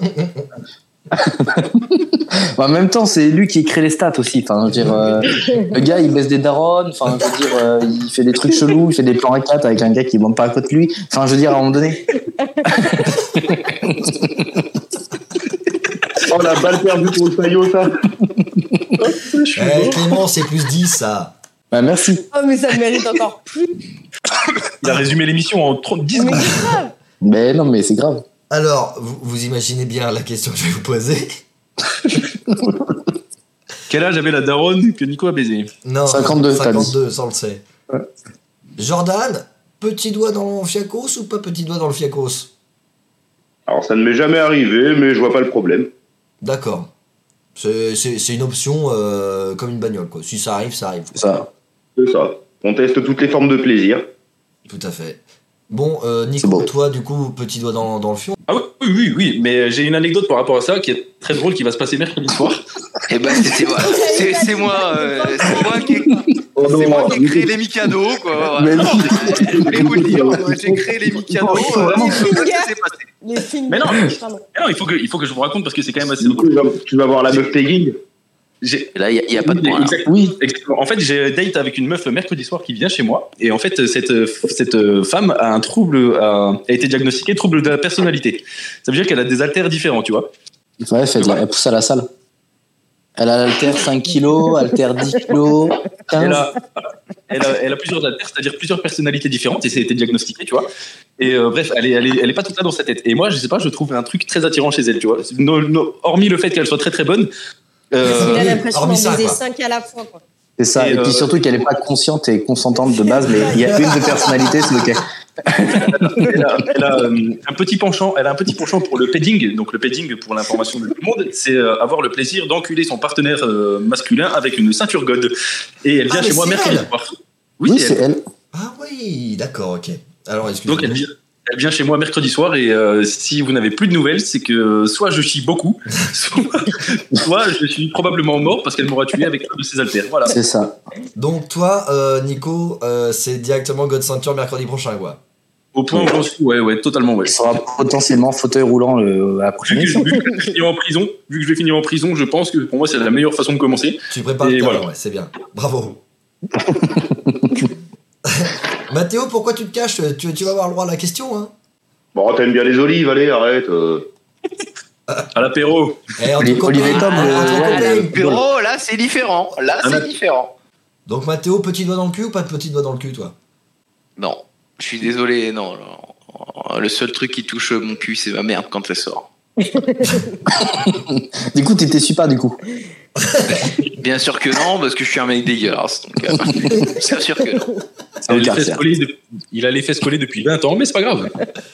En même temps, c'est lui qui crée les stats aussi. Enfin, je veux dire, euh, le gars, il baisse des darons. Enfin, je veux dire, euh, il fait des trucs chelous. Il fait des plans à 4 avec un gars qui bande pas à côté de lui. Enfin, je veux dire, à un moment donné.
Oh la balle perdue pour le paillot, ça
Eh, Clément, c'est plus 10 ça.
Bah, merci.
Oh, mais ça mérite encore plus.
Il a résumé l'émission en 30, 10 secondes.
Mais non, mais c'est grave.
Alors, vous, vous imaginez bien la question que je vais vous poser
Quel âge avait la daronne que Nico a baisé
Non,
52, t'as dit.
52, ça on le sait. Jordan, petit doigt dans le fiacos ou pas petit doigt dans le fiacos
Alors ça ne m'est jamais arrivé, mais je vois pas le problème.
D'accord. C'est c'est- c'est une option euh, comme une bagnole, quoi. Si ça arrive, ça arrive.
C'est ça.
C'est ça. On teste toutes les formes de plaisir.
Tout à fait. Bon, euh,
C'est
Nico,
beau.
toi, du coup, petit doigt dans, dans le fion.
Ah oui, oui, oui, oui, mais euh, j'ai une anecdote par rapport à ça qui est très drôle qui va se passer mercredi soir.
Eh ben, c'était moi. C'est c'est moi, euh, c'est moi qui ai,
Oh
c'est moi qui ai créé les Mikado, quoi. Voilà. Je voulais vous le dire, moi, j'ai créé les Mikado.
Il faut vraiment
euh,
que-
c'est moi qui s'est passé.
Les signes.
Mais non.
Pardon.
Ah non, il faut que, il faut que je vous raconte parce que c'est quand même assez
Du
drôle.
coup, tu vas- tu vas voir la meuf Peggy.
J'ai-
Et Là, il n'y a, pas de point. là.
Exact-
Oui.
exactement. En fait, j'ai date avec une meuf mercredi soir qui vient chez moi. Et en fait, cette, cette euh, femme a un trouble, a, a été diagnostiquée trouble de la personnalité. Ça veut dire qu'elle a des altères différents, tu vois.
Ouais, elle, fait de la- elle pousse à la salle. Elle a l'alter 5 kilos, alter 10 kilos, 15.
Elle a, elle a, elle a plusieurs altères, c'est-à-dire plusieurs personnalités différentes, et ça a été diagnostiqué, tu vois. Et euh, bref, elle est, elle, est, elle est pas toute là dans sa tête. Et moi, je sais pas, je trouve un truc très attirant chez elle, tu vois. No- no- hormis le fait qu'elle soit très très bonne.
Il a
Euh,
l'impression
hormis
d'en
ça,
baiser
quoi.
5 à la fois. Quoi.
C'est ça.
Et,
Et,
euh,
puis surtout qu'elle est pas consciente et consentante de base, mais il y a une de personnalité, c'est ok.
elle a, elle a, euh, un petit penchant, elle a un petit penchant pour le padding. Donc le padding, pour l'information de tout le monde, c'est euh, avoir le plaisir d'enculer son partenaire euh, masculin avec une ceinture god. Et elle vient
Ah, mais
chez moi
c'est
mercredi
elle
soir. Oui,
Oui,
c'est
c'est
elle.
elle.
Ah oui, d'accord, ok. Alors, excusez-moi.
Donc elle vient, elle vient chez moi mercredi soir et euh, si vous n'avez plus de nouvelles, c'est que euh, soit je chie beaucoup, soit, soit je suis probablement mort parce qu'elle m'aura tué avec un de ses haltères. Voilà.
C'est ça.
Donc toi, euh, Nico, euh, c'est directement God Ceinture mercredi prochain, quoi.
Au point où j'en suis, ouais, ouais, totalement, ouais.
Il sera potentiellement fauteuil roulant euh, à la prochaine
Vu que, je,
émission.
vu que je vais finir en prison, vu que je vais finir en prison, je pense que pour moi c'est la meilleure façon de commencer.
Tu prépares
Et
le terrain,
voilà.
ouais, c'est bien. Bravo. Mathéo, pourquoi tu te caches tu, tu vas avoir le droit à la question, hein
Bon, t'aimes bien les olives, allez, arrête. euh.
À l'apéro.
Eh, entre
Oli-
copains,
Olivier Tom,
entre
le-
euh,
copains.
voilà, le-
Bureau, oh, là, c'est différent. Là,
Ah,
c'est
mais-
différent.
Donc Mathéo, petit doigt dans le cul ou pas de petit doigt dans le cul, toi
Non, je suis désolé, non. non. Le seul truc qui touche mon cul, c'est ma merde quand elle sort.
Du coup, t'étais super, du coup.
Bien sûr que non, parce que je suis un mec dégueulasse. Donc, euh, bien sûr que non.
Ah,
Il a, les
aucun
fesses
tiers.
collées de- il a les fesses collées depuis 20 ans, mais c'est pas grave.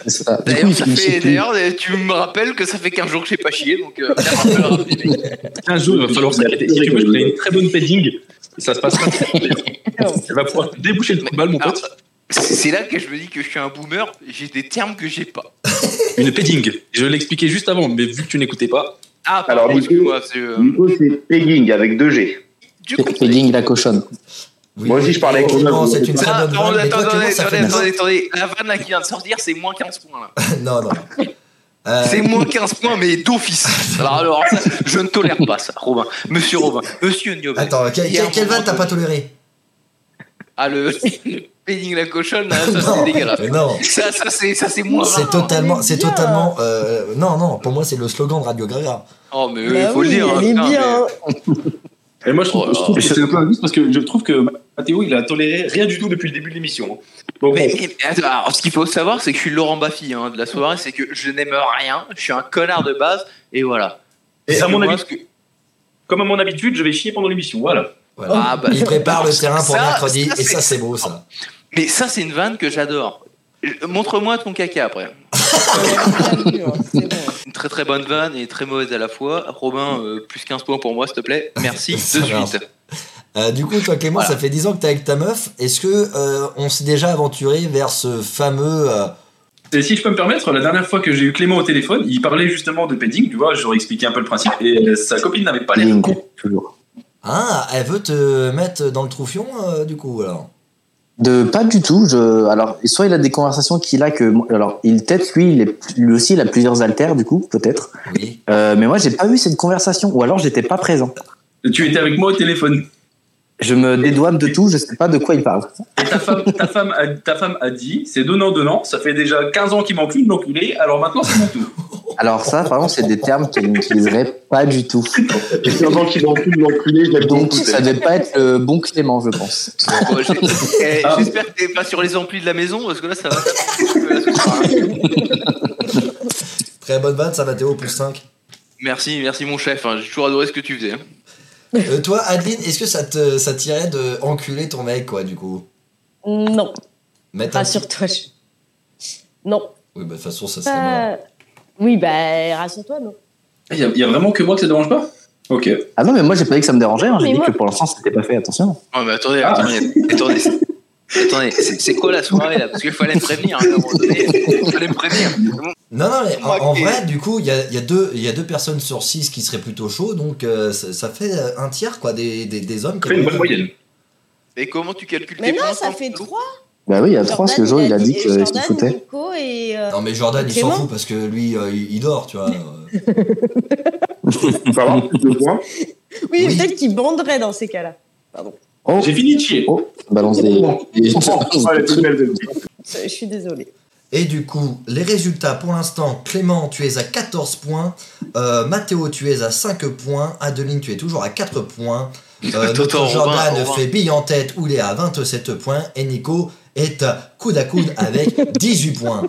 C'est ça. Du coup,
D'ailleurs,
il
ça
finissait
fait-
plus.
d'ailleurs, tu me rappelles que ça fait 15 jours que j'ai pas chié, donc euh, ça me rappellera, mais-
Un jour, il va falloir s'arrêter. Si tu veux, j'ai une très bonne padding. Ça se passera. Elle va pouvoir déboucher le trou de balle, mon
Alors,
pote.
c'est c'est là que je me dis que je suis un boomer, j'ai des termes que j'ai pas.
Une padding. Je l'expliquais juste avant, mais vu que tu n'écoutais pas,
Ah,
Alors,
pardon,
du coup-
excuse-moi, c'est, euh,
Du coup, c'est pegging avec 2G.
du coup-
Pe- Pegging la cochonne.
Oui,
Moi aussi, je parlais avec
effectivement,
Romain, vous
C'est
voyez
une
pas.
très
Ah,
bonne
attends,
blague, mais toi,
attendez,
Clément, ça fait
attendez,
naze.
attendez, attendez. la vanne là qui vient de sortir, c'est moins 15 points là.
Non, non. Euh,
C'est moins 15 points, mais d'office. Alors, alors ça, je ne tolère pas ça, Robin. Monsieur Robin, monsieur Niobel.
Attends, quel-
Il y a un
quel- quelle vanne
moment
t'as pas
donné-
toléré
Ah, le, le péding la cochonne, là, ça
Non,
c'est dégueulasse.
mais non.
Ça, ça c'est, ça, c'est moins hein.
C'est
20.
totalement, c'est
bien.
totalement. euh, non, non. Pour moi, c'est le slogan de Radio Gaga.
Oh, mais
Bah
il faut
oui,
le dire.
elle est
putain,
bien.
mais-
hein.
Et moi, je trouve,
Oh là
je trouve
là.
que c'est un peu injuste parce que je trouve que Mathéo, il a toléré rien du tout depuis le début de l'émission. hein. Donc,
Mais,
bon,
mais- mais attends, alors, ce qu'il faut savoir, c'est que je suis Laurent Baffy hein, de la soirée, c'est que je n'aime rien, je suis un connard de base, et voilà.
Et à mon
Moi,
avis-
ce que-
comme à mon habitude, je vais chier pendant l'émission. Voilà.
Voilà.
Ah, bah,
Il prépare le terrain pour
ça,
mercredi
ça,
et ça,
c'est-
c'est beau, ça.
Mais ça, c'est une vanne que j'adore. Je- Montre-moi ton caca après.
hein, C'est bon.
Une très très bonne vanne et très mauvaise à la fois. Robin, euh, plus 15 points pour moi, s'il te plaît. Merci, de
Ça marche.
suite.
Euh, du coup, toi, Clément,
Voilà.
ça fait 10 ans que t'es avec ta meuf. Est-ce que euh, on s'est déjà aventuré vers ce fameux euh,
Et si je peux me permettre, la dernière fois que j'ai eu Clément au téléphone, il parlait justement de padding, tu vois, j'aurais expliqué un peu le principe, et sa copine n'avait pas l'air
Pegging,
con.
toujours.
Ah, elle veut te mettre dans le troufion, euh, du coup, alors.
De pas du tout. Je, alors, soit il a des conversations qu'il a que, alors, il tête lui, il est- lui aussi, il a plusieurs altères du coup, peut-être.
Oui.
Euh, mais moi, j'ai pas eu cette conversation, ou alors j'étais pas présent.
Tu étais avec moi au téléphone.
Je me dédouane de tout. Je sais pas de quoi il parle.
Et ta femme, ta femme, a, ta femme a dit, c'est donnant donnant, ça fait déjà 15 ans qu'il m'encule, l'enculé, alors maintenant c'est mon tour.
Alors ça, par contre, c'est des termes qu'il n'utiliserait pas du tout.
Et puis, avant qu'il encule l'enculé, je l'aime
Donc,
beaucoup.
ça devait pas être le bon Clément, je pense.
Bon, j'ai- eh,
Ah.
J'espère que t'es pas sur les amplis de la maison, parce que là, ça va. pas.
Très bonne vanne, ça, Mathéo, plus 5.
merci, merci mon chef. hein, J'ai toujours adoré ce que tu faisais. hein.
Euh, toi, Adeline, est-ce que ça te ça t'irait de enculer ton mec, quoi, du coup
Non,
Mettre un petit-
rassure-toi. je- Non.
Oui, bah, de toute façon, ça serait mort.
pas- Oui, bah, rassure-toi, non.
Il y, a- il y a vraiment que moi que ça dérange pas Ok.
Ah non, mais moi, j'ai pas dit que ça me dérangeait. hein. J'ai
Mais
dit
moi-
que pour l'instant, c'était pas fait. Attention.
Oh, mais attendez,
Ah.
attendez, attendez. Attendez, c'est c'est quoi la soirée là Parce qu'il fallait me prévenir. hein, à un moment donné. Il fallait me prévenir.
Non, non, mais en,
Moi
en
qui-
vrai, du coup, il y a, il y, a deux- il y a deux personnes sur six qui seraient plutôt chauds, donc euh, ça, ça fait euh, un tiers, quoi, des, des, des hommes. qui
Fais une bonne moyenne.
Mais comment tu calcules
Mais
tes
non,
points
ça
sans-
fait trois.
Bah oui, il y a trois, parce que le jour, il a dit qu'il se
Jordan,
foutait.
Nico et. euh,
Non, mais Jordan, il s'en
Clément
fout parce que lui, euh, il il dort, tu vois. euh.
Ça va, deux points.
Oui,
Oui.
peut-être qu'il banderait dans ces cas-là.
Oh,
J'ai fini de chier.
oh, balance des. des-
Ouais, la plus belle de-
Je je suis désolée.
Et du coup, les résultats pour l'instant, Clément, tu es à 14 points, euh, Mathéo, tu es à 5 points, Adeline, tu es toujours à 4 points, euh,
Attends,
notre
Robin,
Jordan
Robin.
fait bille en tête où il est à 27 points, et Nico est à coude à coude avec 18 points.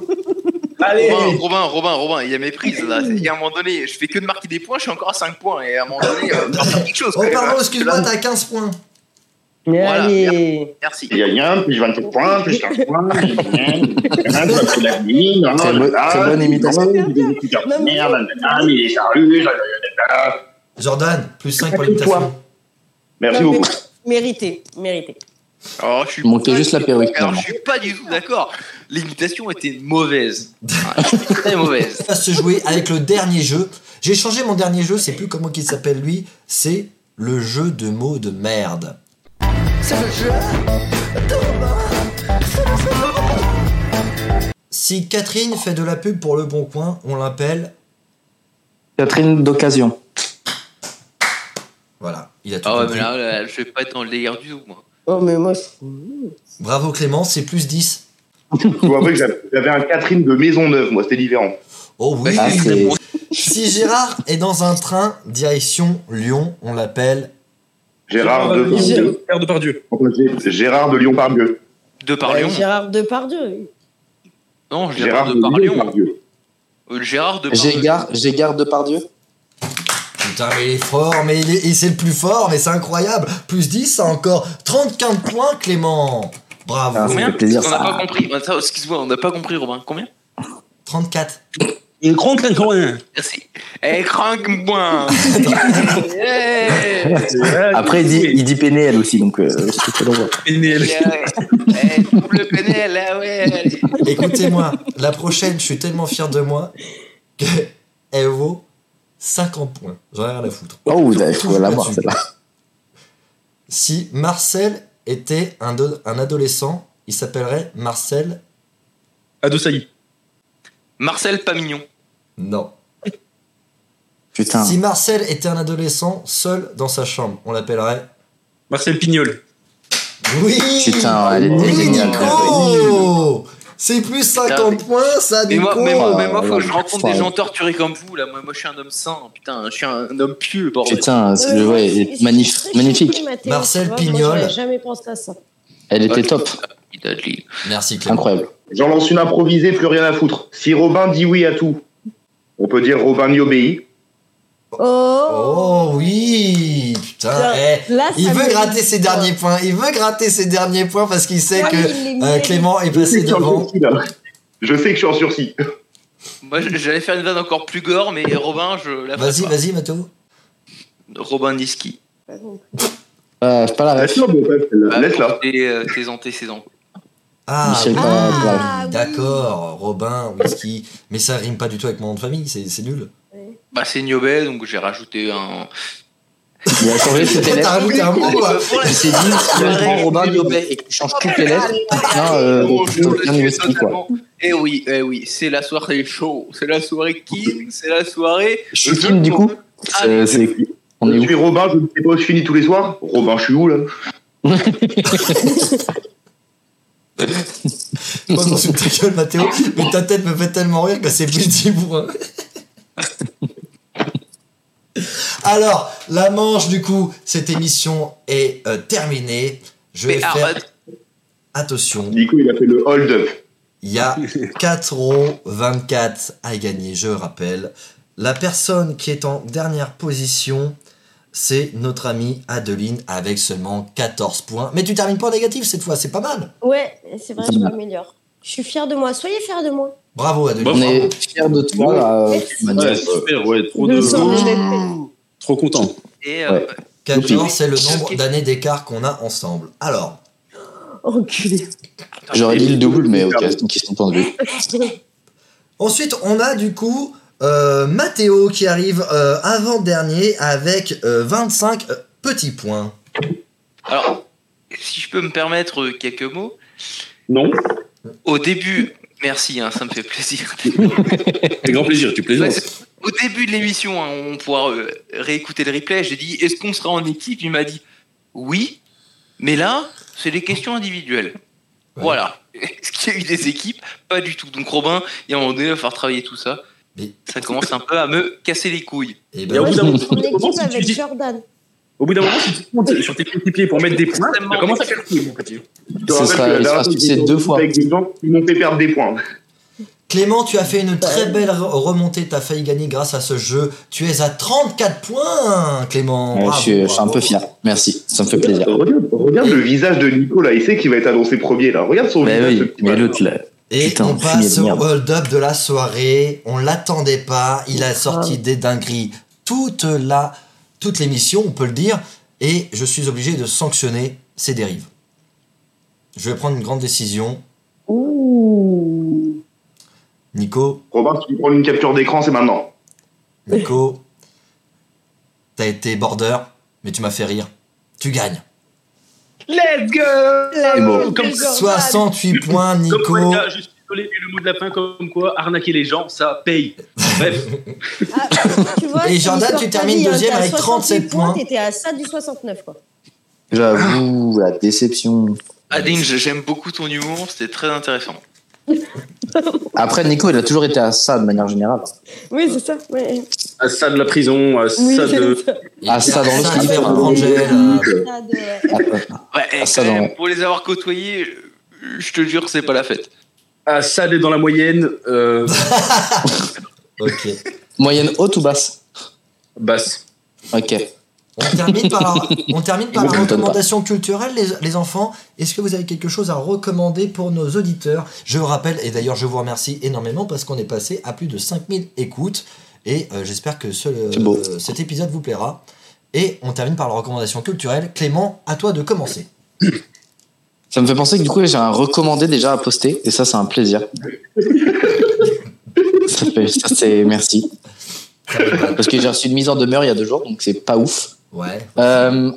Allez
Robin, Robin, Robin, Robin, il y a méprise là. Il y a un moment donné, je fais que de marquer des points, je suis encore à 5 points. Et à un moment donné, euh, faut faire quelque chose.
Oh,
quand même, hein.
pardon, excuse-moi, t'as 15 points.
Mais
Voilà,
allez.
Merci.
Il y a rien, plus 24 points, plus 15 points, plus rien, plus rien, tu vas plus la ligne, hein,
Très bonne-
ah,
très bonne imitation.
il est super
Non, mais-
merde, nanana, mais il est charru, là, là, là, là, là.
Jordan, plus 5 pour
Plus
l'imitation.
toi.
Merci
Non, mais-
beaucoup.
Mérité, mérité.
Alors, je suis
Manquait
pas
juste
du
la
tout-
perruque,
Alors, je
finalement.
suis pas du tout d'accord. L'imitation était mauvaise. Ah, très mauvaise.
va se jouer avec le dernier jeu. J'ai changé mon dernier jeu, c'est plus comment qu'il s'appelle lui, c'est le jeu de mots de merde. Si Catherine fait de la pub pour Le Bon Coin, on l'appelle.
Catherine d'occasion.
Voilà, il a tout
Ah ouais,
compris.
mais là, là, je vais pas être dans le délire du tout, moi.
Oh, mais moi, c'est-
Bravo Clément, c'est plus 10.
Vous rappelez que j'avais- j'avais un Catherine de Maisonneuve, moi, c'était différent.
Oh
Bah,
oui.
Ah, c'est-
si Gérard est dans un train direction Lyon, on l'appelle.
Gérard de,
Gérard Depardieu.
Gérard de Lyon-Pardieu.
De par
euh,
Lyon.
Gérard Depardieu.
Non, Gérard
Gérard
de par
de
Lyon.
Lyon-Pardieu.
Euh, Gérard de par
Gégard, Gégard Depardieu
Putain, mais il est fort, mais il est, et c'est le plus fort, mais c'est incroyable. Plus 10, ça a encore 35 points, Clément. Bravo.
Ah, ça
Combien
fait plaisir,
On n'a
ça.
pas compris. Attends, Excuse-moi, on n'a pas compris, Robin. Combien
34.
Il croque un coin.
hein,
Merci. Eh, Et crank-moi Yeah.
Ah,
Après, il dit, il dit PNL aussi, donc euh, c'est très drôle.
Yeah, ouais. Eh, double PNL, ah ouais, allez.
Écoutez-moi, la prochaine, je suis tellement fier de moi que elle vaut 50 points. J'en ai rien à foutre.
Oh, je faut la voir,
Là-dessus.
celle-là.
Si Marcel était un, do- un adolescent, il s'appellerait Marcel.
Adossaï.
Marcel Pamignon.
Non.
Putain.
Si Marcel était un adolescent seul dans sa chambre, on l'appellerait.
Marcel Pignol.
Oui
Putain, elle était
Oui,
géniale.
Nico C'est plus
Putain, mais-
50 points, ça,
Mais moi,
Nico
mais moi,
Oh,
mais moi, faut que je
ouais,
rencontre
ouais.
des gens torturés comme vous, là. Moi, moi, je suis un homme saint, putain. Je suis un homme pieux, bordel.
Putain, c'est- ouais, elle est magnif- magnifique.
Marcel Pignol.
Pignol. jamais pensé à ça.
Elle était top,
Il a dit-
Merci, Clément.
incroyable.
J'en lance une improvisée, plus rien à foutre. Si Robin dit oui à tout, on peut dire Robin n'y obéit.
Oh,
Oh oui Putain,
Putain,
eh,
là, ça
Il
me
veut
dit
gratter ses
quoi.
derniers points. Il veut gratter ses derniers points parce qu'il sait
Ah,
que
il est
euh,
miel.
Clément est passé devant.
là. Je sais que je suis en sursis.
Moi, j- j'allais faire une vanne encore plus gore, mais Robin, je la ferai
Vas-y,
pas.
vas-y, Mathéo.
Robin Niski.
Ah,
Oh,
Euh, c'est pas la ref. Bah,
Laisse-la.
Tes, euh, tes antécédents.
Ah,
Michel
oui.
Blanc,
Ah, oui.
d'accord, Robin, whisky. Mais ça rime pas du tout avec mon nom de famille, c'est c'est nul.
Bah, c'est Niobet, donc j'ai rajouté un.
Il a changé ses
Pourquoi
élèves.
t'as rajouté un
Oh,
mot hein
Pour la-
Il s'est dit, si on prend Robin Diobet et que tu changes toutes les lettres, tiens, euh,
Oh, je
t'obtiens
le
du
suis
whisky, quoi.
totalement. Eh oui, eh oui, c'est la soirée show, c'est la soirée Kim, c'est la soirée.
Je suis Kim, du coup
Ah,
C'est- c'est- On est
Je
où
suis Robin, je ne sais pas où je finis tous les soirs. Robin, je suis où là
Moi, je m'en souviens de ta gueule, Mathéo, mais ta tête me fait tellement rire que c'est plus 10 points. Alors, la manche, du coup, cette émission est euh, terminée. Je vais
Mais
faire
arrête.
attention.
Nico, il a fait le hold-up.
Il y a 4,24 à gagner, je rappelle. La personne qui est en dernière position, c'est notre amie Adeline avec seulement 14 points. Mais tu termines pas en négatif cette fois, c'est pas mal.
ouais, c'est vrai, je m'améliore. Je suis fière de moi. Soyez fiers de moi.
Bravo Adeline.
On est fiers de toi, là, euh,
Ouais,
Mathias.
super, ouais, trop
Je
de.
sens que je l'ai
Trop content.
Et euh,
14, c'est le nombre
Ok.
d'années d'écart qu'on a ensemble. Alors,
fait. Enculé.
J'aurais dit le double, mais ok, c'est une question de point de vue.
ensuite, on a du coup euh, Mathéo qui arrive euh, avant-dernier avec euh, 25 euh, petits points.
alors, si je peux me permettre euh, quelques mots,
Non.
au début, merci, hein, ça me fait plaisir.
Avec grand plaisir, tu
Ouais,
plaisantes.
c'est- au début de l'émission, hein, on pourra euh, réécouter le replay. J'ai dit est-ce qu'on sera en équipe Il m'a dit oui, mais là, c'est des questions individuelles.
Ouais.
Voilà. Est-ce qu'il y a eu des équipes Pas du tout. Donc Robin, il y a un moment donné, il va falloir travailler tout ça.
Mais-
Ça commence un peu à me casser les couilles.
Et
Et
ben,
au
Moi,
bout
je
d'un
suis
moment,
en
comment si
équipe
tu
avec
dis-
Jordan.
Au bout d'un moment, si tu comptes sur tes coéquipiers pour mettre des points, ça commence à faire couille, en fait.
te
Ça
rappelle que la
sera- il sera
dernière fois,
succès
j'étais en
deux
foot
fois.
Avec des gens qui m'ont fait perdre des points.
Clément, tu as fait une très belle re- remontée, tu as failli gagner grâce à ce jeu. Tu es à 34 points, Clément.
Euh, Je
Bravo,
suis je suis un
bravo.
peu fier. Merci, ça me fait plaisir.
Euh, Regarde, regarde le visage de Nico là, il sait qu'il va être annoncé premier là. Regarde son
Mais
visage. ce
oui,
petit
mais
bâtard.
l'autre, là.
Et
Putain,
on passe
fumier de
au
merde.
hold-up de la soirée. On l'attendait pas. Il a sorti des dingueries toute la toute l'émission, on peut le dire. Et je suis obligé de sanctionner ses dérives. Je vais prendre une grande décision.
Ouh.
Nico,
Robin, si tu prends une capture d'écran, c'est maintenant.
Nico, t'as été border, mais tu m'as fait rire. Tu gagnes.
La
bon.
gueule de Jordan.
68 points, Nico.
Comme moi, je suis
pistolet et le mot de la fin comme quoi arnaquer les gens, ça paye. Bref,
Ah, tu vois,
Et Jordan,
Igor
tu termines
Cavi, hein,
deuxième
t'es à
avec 37 points.
T'étais à ça du 69, quoi.
J'avoue, la déception.
Adine, je- j'aime beaucoup ton humour, c'était très intéressant.
Après, Nico, il a toujours été à ça de manière générale.
Oui, c'est ça. ouais.
à ça de la prison, à
Oui,
ça
c'est
de.
ça.
Ah, ça, dans le
Ça,
slip,
faire
hein.
Angel, euh,
Ça de- ouais.
Ah, ouais.
Ouais, et
Ah, ça,
quand
non.
même, pour les avoir côtoyés, je te jure que c'est pas la fête.
À ça d'être dans la moyenne euh,
Ok.
Moyenne haute ou basse
basse.
Ok.
On termine par la, on termine par
Bon,
la
je m'étonne pas.
recommandation culturelle, les, les enfants. Est-ce que vous avez quelque chose à recommander pour nos auditeurs Je vous rappelle, et d'ailleurs je vous remercie énormément parce qu'on est passé à plus de 5000 écoutes. Et euh, j'espère que ce-
C'est beau.
euh, cet épisode vous plaira. Et on termine par la recommandation culturelle. Clément, à toi de commencer.
Ça me fait penser que du coup, j'ai un recommandé déjà à poster, et ça, c'est un plaisir. ça fait, ça, c'est merci. Parce que j'ai reçu une mise en demeure il y a deux jours, donc c'est pas ouf.
Ouais.
Euh,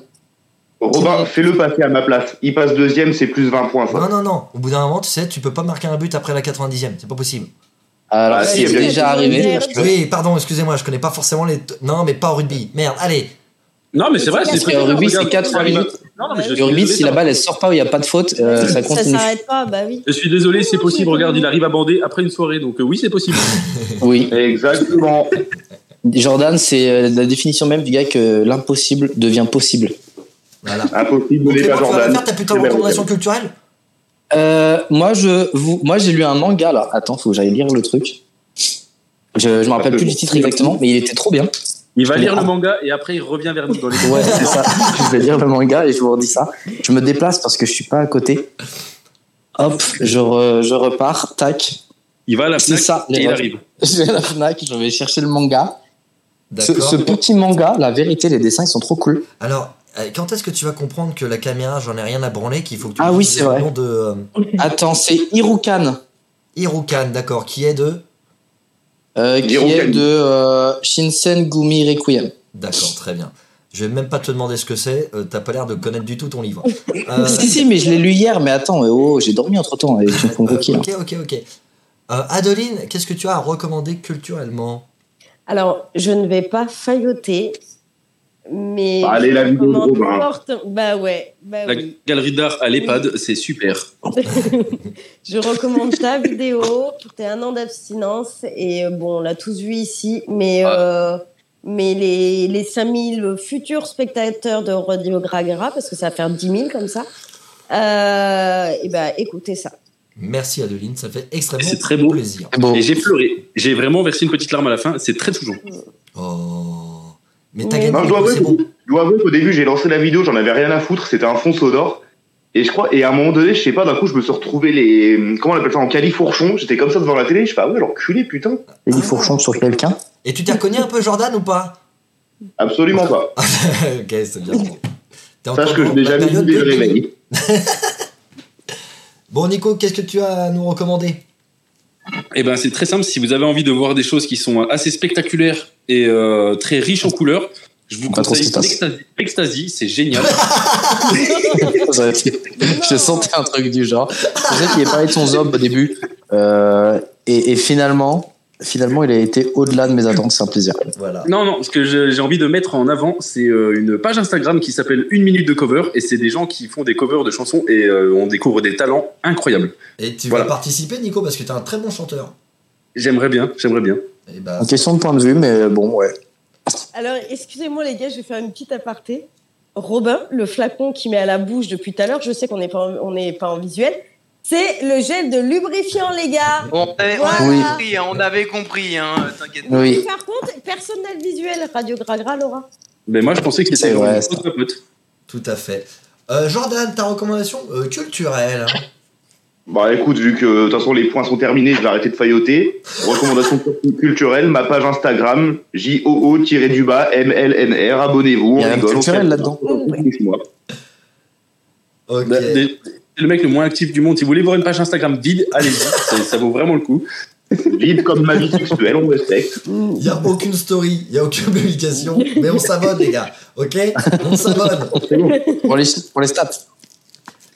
Robin, fais-le passer à ma place. Il passe deuxième, c'est plus 20 points, ça.
Non, non, non. Au bout d'un moment, tu sais, tu peux pas marquer un but après la 90e. C'est pas possible.
alors,
Ah, si, il
c'est
y a bien-
déjà arrivé.
Oui, pardon, excusez-moi, je connais pas forcément les. t- Non, mais pas au rugby. Merde, allez.
Non, mais c'est vrai,
Parce
c'est
que
très bien,
rugby,
regarde,
c'est quatre,
ça arrive.
trois minutes.
Non, non, mais je
Le
suis
rugby,
désolé,
si la balle elle sort pas ou il n'y a pas de faute, euh, ça continue.
s'arrête pas, bah oui.
Je suis désolé, c'est possible. Regarde, il arrive à bander après une soirée, donc euh, oui, c'est possible.
Oui.
Exactement.
Jordan, c'est euh, la définition même du gars que l'impossible devient possible.
Voilà.
Impossible de
Donc,
l'état
Clément, tu vas la
Jordan.
faire ta putain de
C'est bien,
recommandation culturelle
Euh, moi, je, vous, moi, j'ai lu un manga là. Attends, faut que j'aille lire le truc. Je, je me rappelle plus du titre exactement, mais il était trop bien.
Il va
Mais
lire le
ah.
manga et après il revient vers nous dans les
Ouais, c'est ça. je vais lire le manga et je vous redis ça. Je me déplace parce que je suis pas à côté. Hop, je, re- je repars. Tac.
Il va à la
C'est
Fnac
ça, les
et il
rêves.
arrive.
Je vais à la Fnac, je vais chercher le manga. Ce,
D'accord.
ce petit manga, la vérité, les dessins, ils sont trop cool.
Alors, euh, quand est-ce que tu vas comprendre que la caméra, j'en ai rien à branler, qu'il faut que tu
Ah oui,
utilises
c'est
le
vrai.
nom de euh,
Attends, c'est Hirukan.
Hirukan, d'accord, qui est de
Euh, qui
Hirukan.
est de euh, Shinsengumi Requiem.
D'accord, très bien. Je vais même pas te demander ce que c'est, euh, t'as pas l'air de connaître du tout ton livre. Euh,
Si, si, mais je l'ai lu hier, mais attends, oh, j'ai dormi entre temps, et tu me
euh,
convoques là.
ok, ok, ok. Euh, Adeline, qu'est-ce que tu as à recommander culturellement
Alors, je ne vais pas failloter, mais.
Bah, allez,
je
la vidéo de
recommande
Robin.
forte- Bah ouais, bah
La
oui.
galerie d'art à l'EHPAD, c'est super.
Je recommande ta vidéo pour tes un an d'abstinence. Et euh, bon, on l'a tous vu ici, mais,
Ah.
euh, mais les, les 5000 futurs spectateurs de Radio Gragra, parce que ça va faire 10 000 comme ça, euh, et ben écoutez ça.
Merci Adeline, ça fait extrêmement
C'est très beau.
plaisir.
Bon,
Et j'ai pleuré. J'ai vraiment versé une petite larme à la fin. C'est très touchant.
Oh. Mais t'as
Oui.
gagné,
Non, je dois avouer
c'est bon.
que- je dois avouer qu'au début, j'ai lancé la vidéo, j'en avais rien à foutre, c'était un fond sonore. Et je crois, et à un moment donné, je sais pas, d'un coup, je me suis retrouvé les, comment on appelle ça, en califourchon. J'étais comme ça devant la télé, je fais, ah ouais, l'enculé, putain.
il faut fourchons sur quelqu'un.
Et tu t'es reconnu un peu Jordan ou pas
Absolument pas.
Ok, c'est bien. T'es encore
Sache que je
dans
n'ai
la
jamais vu
période
des
de-
réveils.
Bon Nico, qu'est-ce que tu as à nous recommander
Eh ben, c'est très simple. Si vous avez envie de voir des choses qui sont assez spectaculaires et euh, très riches en couleurs, je vous
Pas trop
conseille
ce qui se passe.
Ecstasy. Ecstasy, c'est génial.
Je sentais un truc du genre. C'est vrai qu'il est parlé de son zob au début, euh, et, et finalement, finalement, il a été au-delà de mes attentes, c'est un plaisir.
Voilà.
non, non, ce que je- j'ai envie de mettre en avant, c'est euh, une page Instagram qui s'appelle Une minute de cover. Et c'est des gens qui font des covers de chansons et euh, on découvre des talents incroyables.
Et tu
Voilà.
vas participer, Nico, parce que t'es un très bon chanteur.
J'aimerais bien, j'aimerais bien.
Et bah,
En question de point de vue, mais bon, ouais.
Alors, excusez-moi les gars, je vais faire une petite aparté. Robin, le flacon qui met à la bouche depuis tout à l'heure, je sais qu'on n'est pas, en- on n'est pas en visuel, c'est le gel de lubrifiant, les gars.
On avait, on avait
Oui.
compris, hein, on avait compris, hein, t'inquiète pas.
Oui.
Par contre, personne n'a le visuel. Radio Gragra, Laura.
Mais moi, je pensais que
C'est
c'était
vrai,
un
ça.
pote, ma pote.
tout à fait. Euh, Jordan, ta recommandation euh, culturelle. hein.
Bah écoute, vu que de toute façon les points sont terminés, je vais arrêter de failloter. Recommandation culturelle, ma page Instagram, JOO-du-bas, MLNR, abonnez-vous.
Il y a
on
un
rigole, on
culturel
fait-
là-dedans.
Ok.
Bah, des- C'est le mec le moins actif du monde. Si vous voulez voir une page Instagram vide, allez-y, C'est- ça vaut vraiment le coup.
Vide comme ma vie sexuelle, on respecte.
Il y a aucune story, il y a aucune publication, mais on s'abonne, les gars. Ok On s'abonne.
Pour les, pour les stats.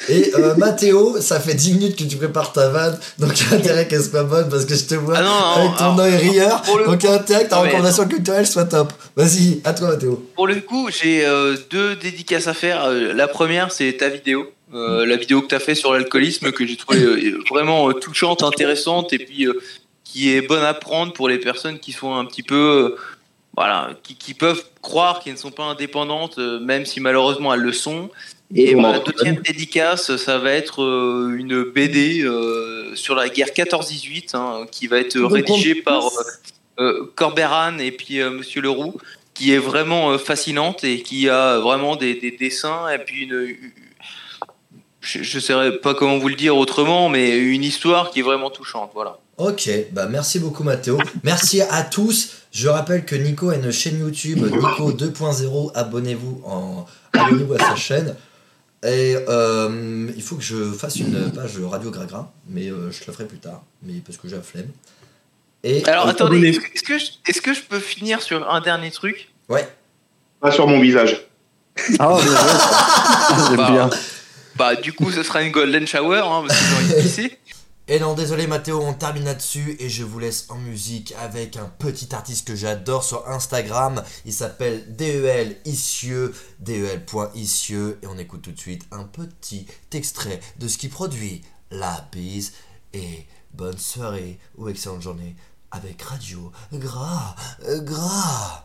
Et euh, Mathéo, ça fait 10 minutes que tu prépares ta vanne, donc il y a intérêt qu'elle soit bonne parce que je te vois
Ah non, non,
avec ton
alors,
œil rieur.
pour le
Donc il y a intérêt que ta
Non, mais
recommandation culturelle soit top. Vas-y, à toi Mathéo.
Pour le coup, j'ai euh, deux dédicaces à faire. Euh, La première, c'est ta vidéo. Euh, la vidéo que tu as fait sur l'alcoolisme que j'ai trouvé euh, vraiment euh, touchante, intéressante et puis euh, qui est bonne à prendre pour les personnes qui sont un petit peu euh, voilà, qui, qui peuvent croire qu'elles ne sont pas indépendantes euh, même si malheureusement elles le sont. Et
On en
ma
parle.
deuxième dédicace, ça va être euh, une BD euh, sur la guerre 14-18 hein, qui va être
Donc,
rédigée
on-
par euh, euh, Corberan et puis euh, Monsieur Leroux, qui est vraiment euh, fascinante et qui a vraiment des, des dessins et puis une. Je ne saurais pas comment vous le dire autrement, mais une histoire qui est vraiment touchante. Voilà.
Ok, bah merci beaucoup Mathéo. Merci à tous. Je rappelle que Nico a une chaîne YouTube, Nico 2.0. Abonnez-vous en... abonnez à sa chaîne. Et euh, il faut que je fasse une page Radio Gragra, mais euh, je la ferai plus tard, mais parce que j'ai la flemme. Et
Alors
euh,
attendez, est-ce que, est-ce que je, est-ce que je peux finir sur un dernier truc
ouais.
Pas sur mon visage.
Ah, ouais, ouais, ça- j'aime
Bah,
bien.
Bah du coup, ce sera une golden shower, hein, parce que j'ai envie de pisser.
Et non, désolé Mathéo, on termine là-dessus et je vous laisse en musique avec un petit artiste que j'adore sur Instagram. Il s'appelle E DEL Issieux, E DEL.Issieux. Et on écoute tout de suite un petit extrait de ce qu'il produit. La bise et bonne soirée ou excellente journée avec Radio Gras. euh, Gras.